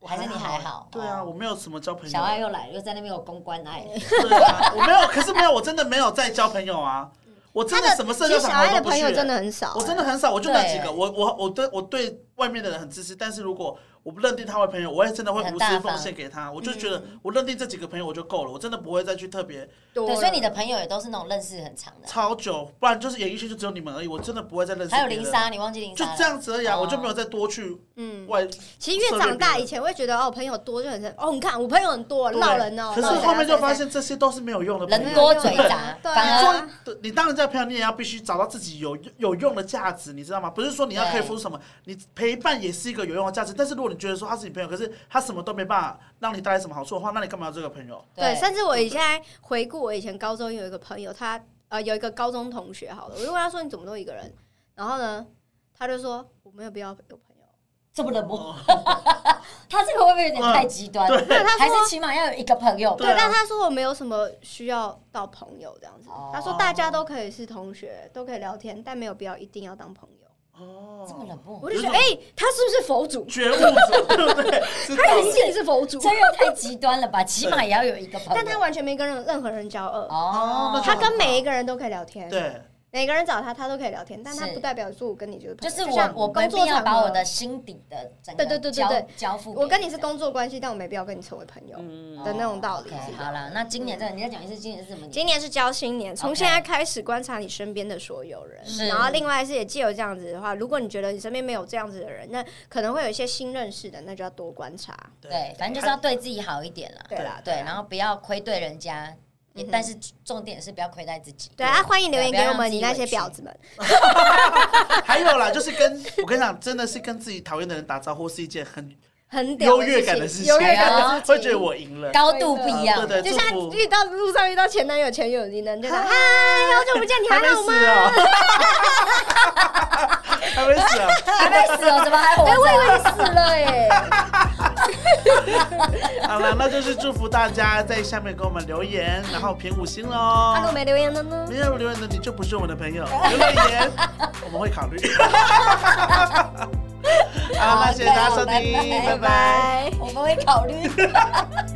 [SPEAKER 4] 我
[SPEAKER 1] 还是你还好
[SPEAKER 4] 对啊，
[SPEAKER 1] 哦
[SPEAKER 4] 我没有什么交朋友。
[SPEAKER 1] 小爱又来了，又在那边有公关爱。
[SPEAKER 4] 对啊，我没有，可是没有，我真的没有再交朋友啊。我真的什么社
[SPEAKER 3] 其
[SPEAKER 4] 交
[SPEAKER 3] 实
[SPEAKER 4] 场
[SPEAKER 3] 小
[SPEAKER 4] 合
[SPEAKER 3] 爱
[SPEAKER 4] 都
[SPEAKER 3] 嗯的
[SPEAKER 4] 不
[SPEAKER 3] 朋
[SPEAKER 4] 去欸
[SPEAKER 3] 友。真的很少，欸
[SPEAKER 4] 我真的很少，我就那几
[SPEAKER 1] 对
[SPEAKER 4] 个。我我我对我对外面的人很自私，但是如果我不认定他为朋友，我也真的会
[SPEAKER 1] 很
[SPEAKER 4] 无
[SPEAKER 1] 大
[SPEAKER 4] 私
[SPEAKER 1] 方嗯
[SPEAKER 4] 奉献给他。我就觉得我认定这几个朋友我就够了，我真的不会再去特别
[SPEAKER 3] 多
[SPEAKER 1] 对，
[SPEAKER 3] 了
[SPEAKER 1] 所以你的朋友也都是那种认识很长的。
[SPEAKER 4] 超久，不然就是演艺圈就只有你们而已，我真的不会再认识。
[SPEAKER 1] 还有零，莎，你忘记零
[SPEAKER 4] 就
[SPEAKER 1] 莎了？
[SPEAKER 4] 这样子而已啊，
[SPEAKER 1] 哦
[SPEAKER 4] 我就没有再多去
[SPEAKER 3] 嗯。
[SPEAKER 4] 外。
[SPEAKER 3] 其实越长大，以前会觉得哦，朋友多就很哦，你看我朋友很多，
[SPEAKER 4] 对
[SPEAKER 3] 闹人哦。
[SPEAKER 4] 可是
[SPEAKER 3] 闹人啊
[SPEAKER 4] 后面就发，现这些都是没有用的朋友，
[SPEAKER 1] 人多嘴杂，
[SPEAKER 3] 对啊
[SPEAKER 1] 反而
[SPEAKER 4] 装对你当人家的朋友，你也要必须找到自己有有用的价值，你知道吗？不是说你要可以付出什么，你陪伴也是一个有用的价值。但是如果你觉得说他是你朋友，可是他什么都没办法让你带来什么好处的话，那你干嘛要这个朋友？
[SPEAKER 3] 对，甚至我以前在回顾我以前高中有一个朋友，他呃有一个高中同学，好了，我就问他说你怎么都一个人，然后呢，他就说我没有必要有朋友，
[SPEAKER 1] 这么冷
[SPEAKER 4] 哦
[SPEAKER 1] 漠， (laughs) 他这个会不会有点太极端？
[SPEAKER 3] 对他说
[SPEAKER 1] 还是起码要有一个朋友吧
[SPEAKER 4] 嗯对
[SPEAKER 3] 对，
[SPEAKER 4] 啊
[SPEAKER 3] 但他说我没有什么需要到朋友这样子
[SPEAKER 1] 哦，
[SPEAKER 3] 他说大家都可以是同学，都可以聊天，但没有必要一定要当朋友。
[SPEAKER 1] 这么
[SPEAKER 4] 哦，
[SPEAKER 1] 冷漠，
[SPEAKER 3] 我就觉得
[SPEAKER 4] 有
[SPEAKER 3] 哎，他是不是佛
[SPEAKER 4] (laughs)
[SPEAKER 3] 祖？
[SPEAKER 4] 觉悟者，对不对？知道
[SPEAKER 3] 他也
[SPEAKER 4] 了。
[SPEAKER 3] 信是佛祖，
[SPEAKER 1] 这又太极端了吧？起码也要有一个朋友。
[SPEAKER 3] 但他完全没跟任任何人交恶。
[SPEAKER 1] 哦，
[SPEAKER 4] 那
[SPEAKER 3] 他跟每一个人都可以聊天，
[SPEAKER 4] 对
[SPEAKER 3] 每个人找他，他都可以聊天，但他
[SPEAKER 1] 是
[SPEAKER 3] 不代表说我跟你就是朋
[SPEAKER 1] 就
[SPEAKER 3] 友。
[SPEAKER 1] 是我
[SPEAKER 3] 像
[SPEAKER 1] 我没
[SPEAKER 3] 工
[SPEAKER 1] 必
[SPEAKER 3] 作
[SPEAKER 1] 要
[SPEAKER 3] 场
[SPEAKER 1] 把我
[SPEAKER 3] 合，
[SPEAKER 1] 的心底的整个
[SPEAKER 3] 对对对对
[SPEAKER 1] 交
[SPEAKER 3] 对
[SPEAKER 1] 交付给
[SPEAKER 3] 我跟你是工作关系，但我没必要跟你成为朋友的那种道理。
[SPEAKER 1] OK，
[SPEAKER 3] 是
[SPEAKER 1] 好
[SPEAKER 3] 吧
[SPEAKER 1] 啦，那今年这个你再讲一次，今年是什么年？
[SPEAKER 3] 嗯今年是交心年，从
[SPEAKER 1] OK
[SPEAKER 3] 现在开始观察你身边的所有人
[SPEAKER 1] 是，
[SPEAKER 3] 然后另外是也既有这样子的话，如果你觉得你身边没有这样子的人，那可能会有一些新认识的，那就要多观察。
[SPEAKER 1] 对，反正就是要对自己好一点啦。
[SPEAKER 3] 对啊啦，
[SPEAKER 1] 对，
[SPEAKER 3] 啦
[SPEAKER 1] 然后不要亏对人家，也
[SPEAKER 3] 嗯哼
[SPEAKER 1] 但是重点是不要亏待自己。
[SPEAKER 3] 对啊，欢迎留言
[SPEAKER 1] 不
[SPEAKER 3] 给
[SPEAKER 1] 要
[SPEAKER 3] 我
[SPEAKER 1] 让
[SPEAKER 3] 们
[SPEAKER 1] 自己
[SPEAKER 3] 你那些
[SPEAKER 1] 委屈
[SPEAKER 3] 婊子们。
[SPEAKER 4] 还有啦，就是跟我跟你讲，真的是跟自己讨厌的人打招呼是一件很
[SPEAKER 3] 很屌
[SPEAKER 4] 优
[SPEAKER 3] 的
[SPEAKER 4] 越感的事
[SPEAKER 3] 事
[SPEAKER 4] 情，
[SPEAKER 3] 优越感的事情，
[SPEAKER 4] 会觉得我赢了。
[SPEAKER 1] 高度不一样。
[SPEAKER 4] 对对，
[SPEAKER 3] 就
[SPEAKER 4] 祝
[SPEAKER 3] 像
[SPEAKER 4] 福
[SPEAKER 3] 遇到路上遇到前男友、前女友，你能就说嗨，好久不见，你还
[SPEAKER 4] 还没
[SPEAKER 3] 好吗？
[SPEAKER 4] 死哦，还没死哦。
[SPEAKER 1] 还没死哦，怎么还活
[SPEAKER 3] 哎，我以
[SPEAKER 1] 着？
[SPEAKER 3] 为你死了哎。
[SPEAKER 4] (laughs) 好了，那就是祝福大家在下面给我们留言，然后评五星喽
[SPEAKER 1] 啊
[SPEAKER 3] 他。给我没留言的呢
[SPEAKER 4] 没？有留言的你就不是我们的朋友，留个言我们会考
[SPEAKER 1] (laughs)
[SPEAKER 4] 虑。好，那谢谢大家收听，
[SPEAKER 1] 好拜拜
[SPEAKER 4] 拜拜。
[SPEAKER 1] 我们会考虑。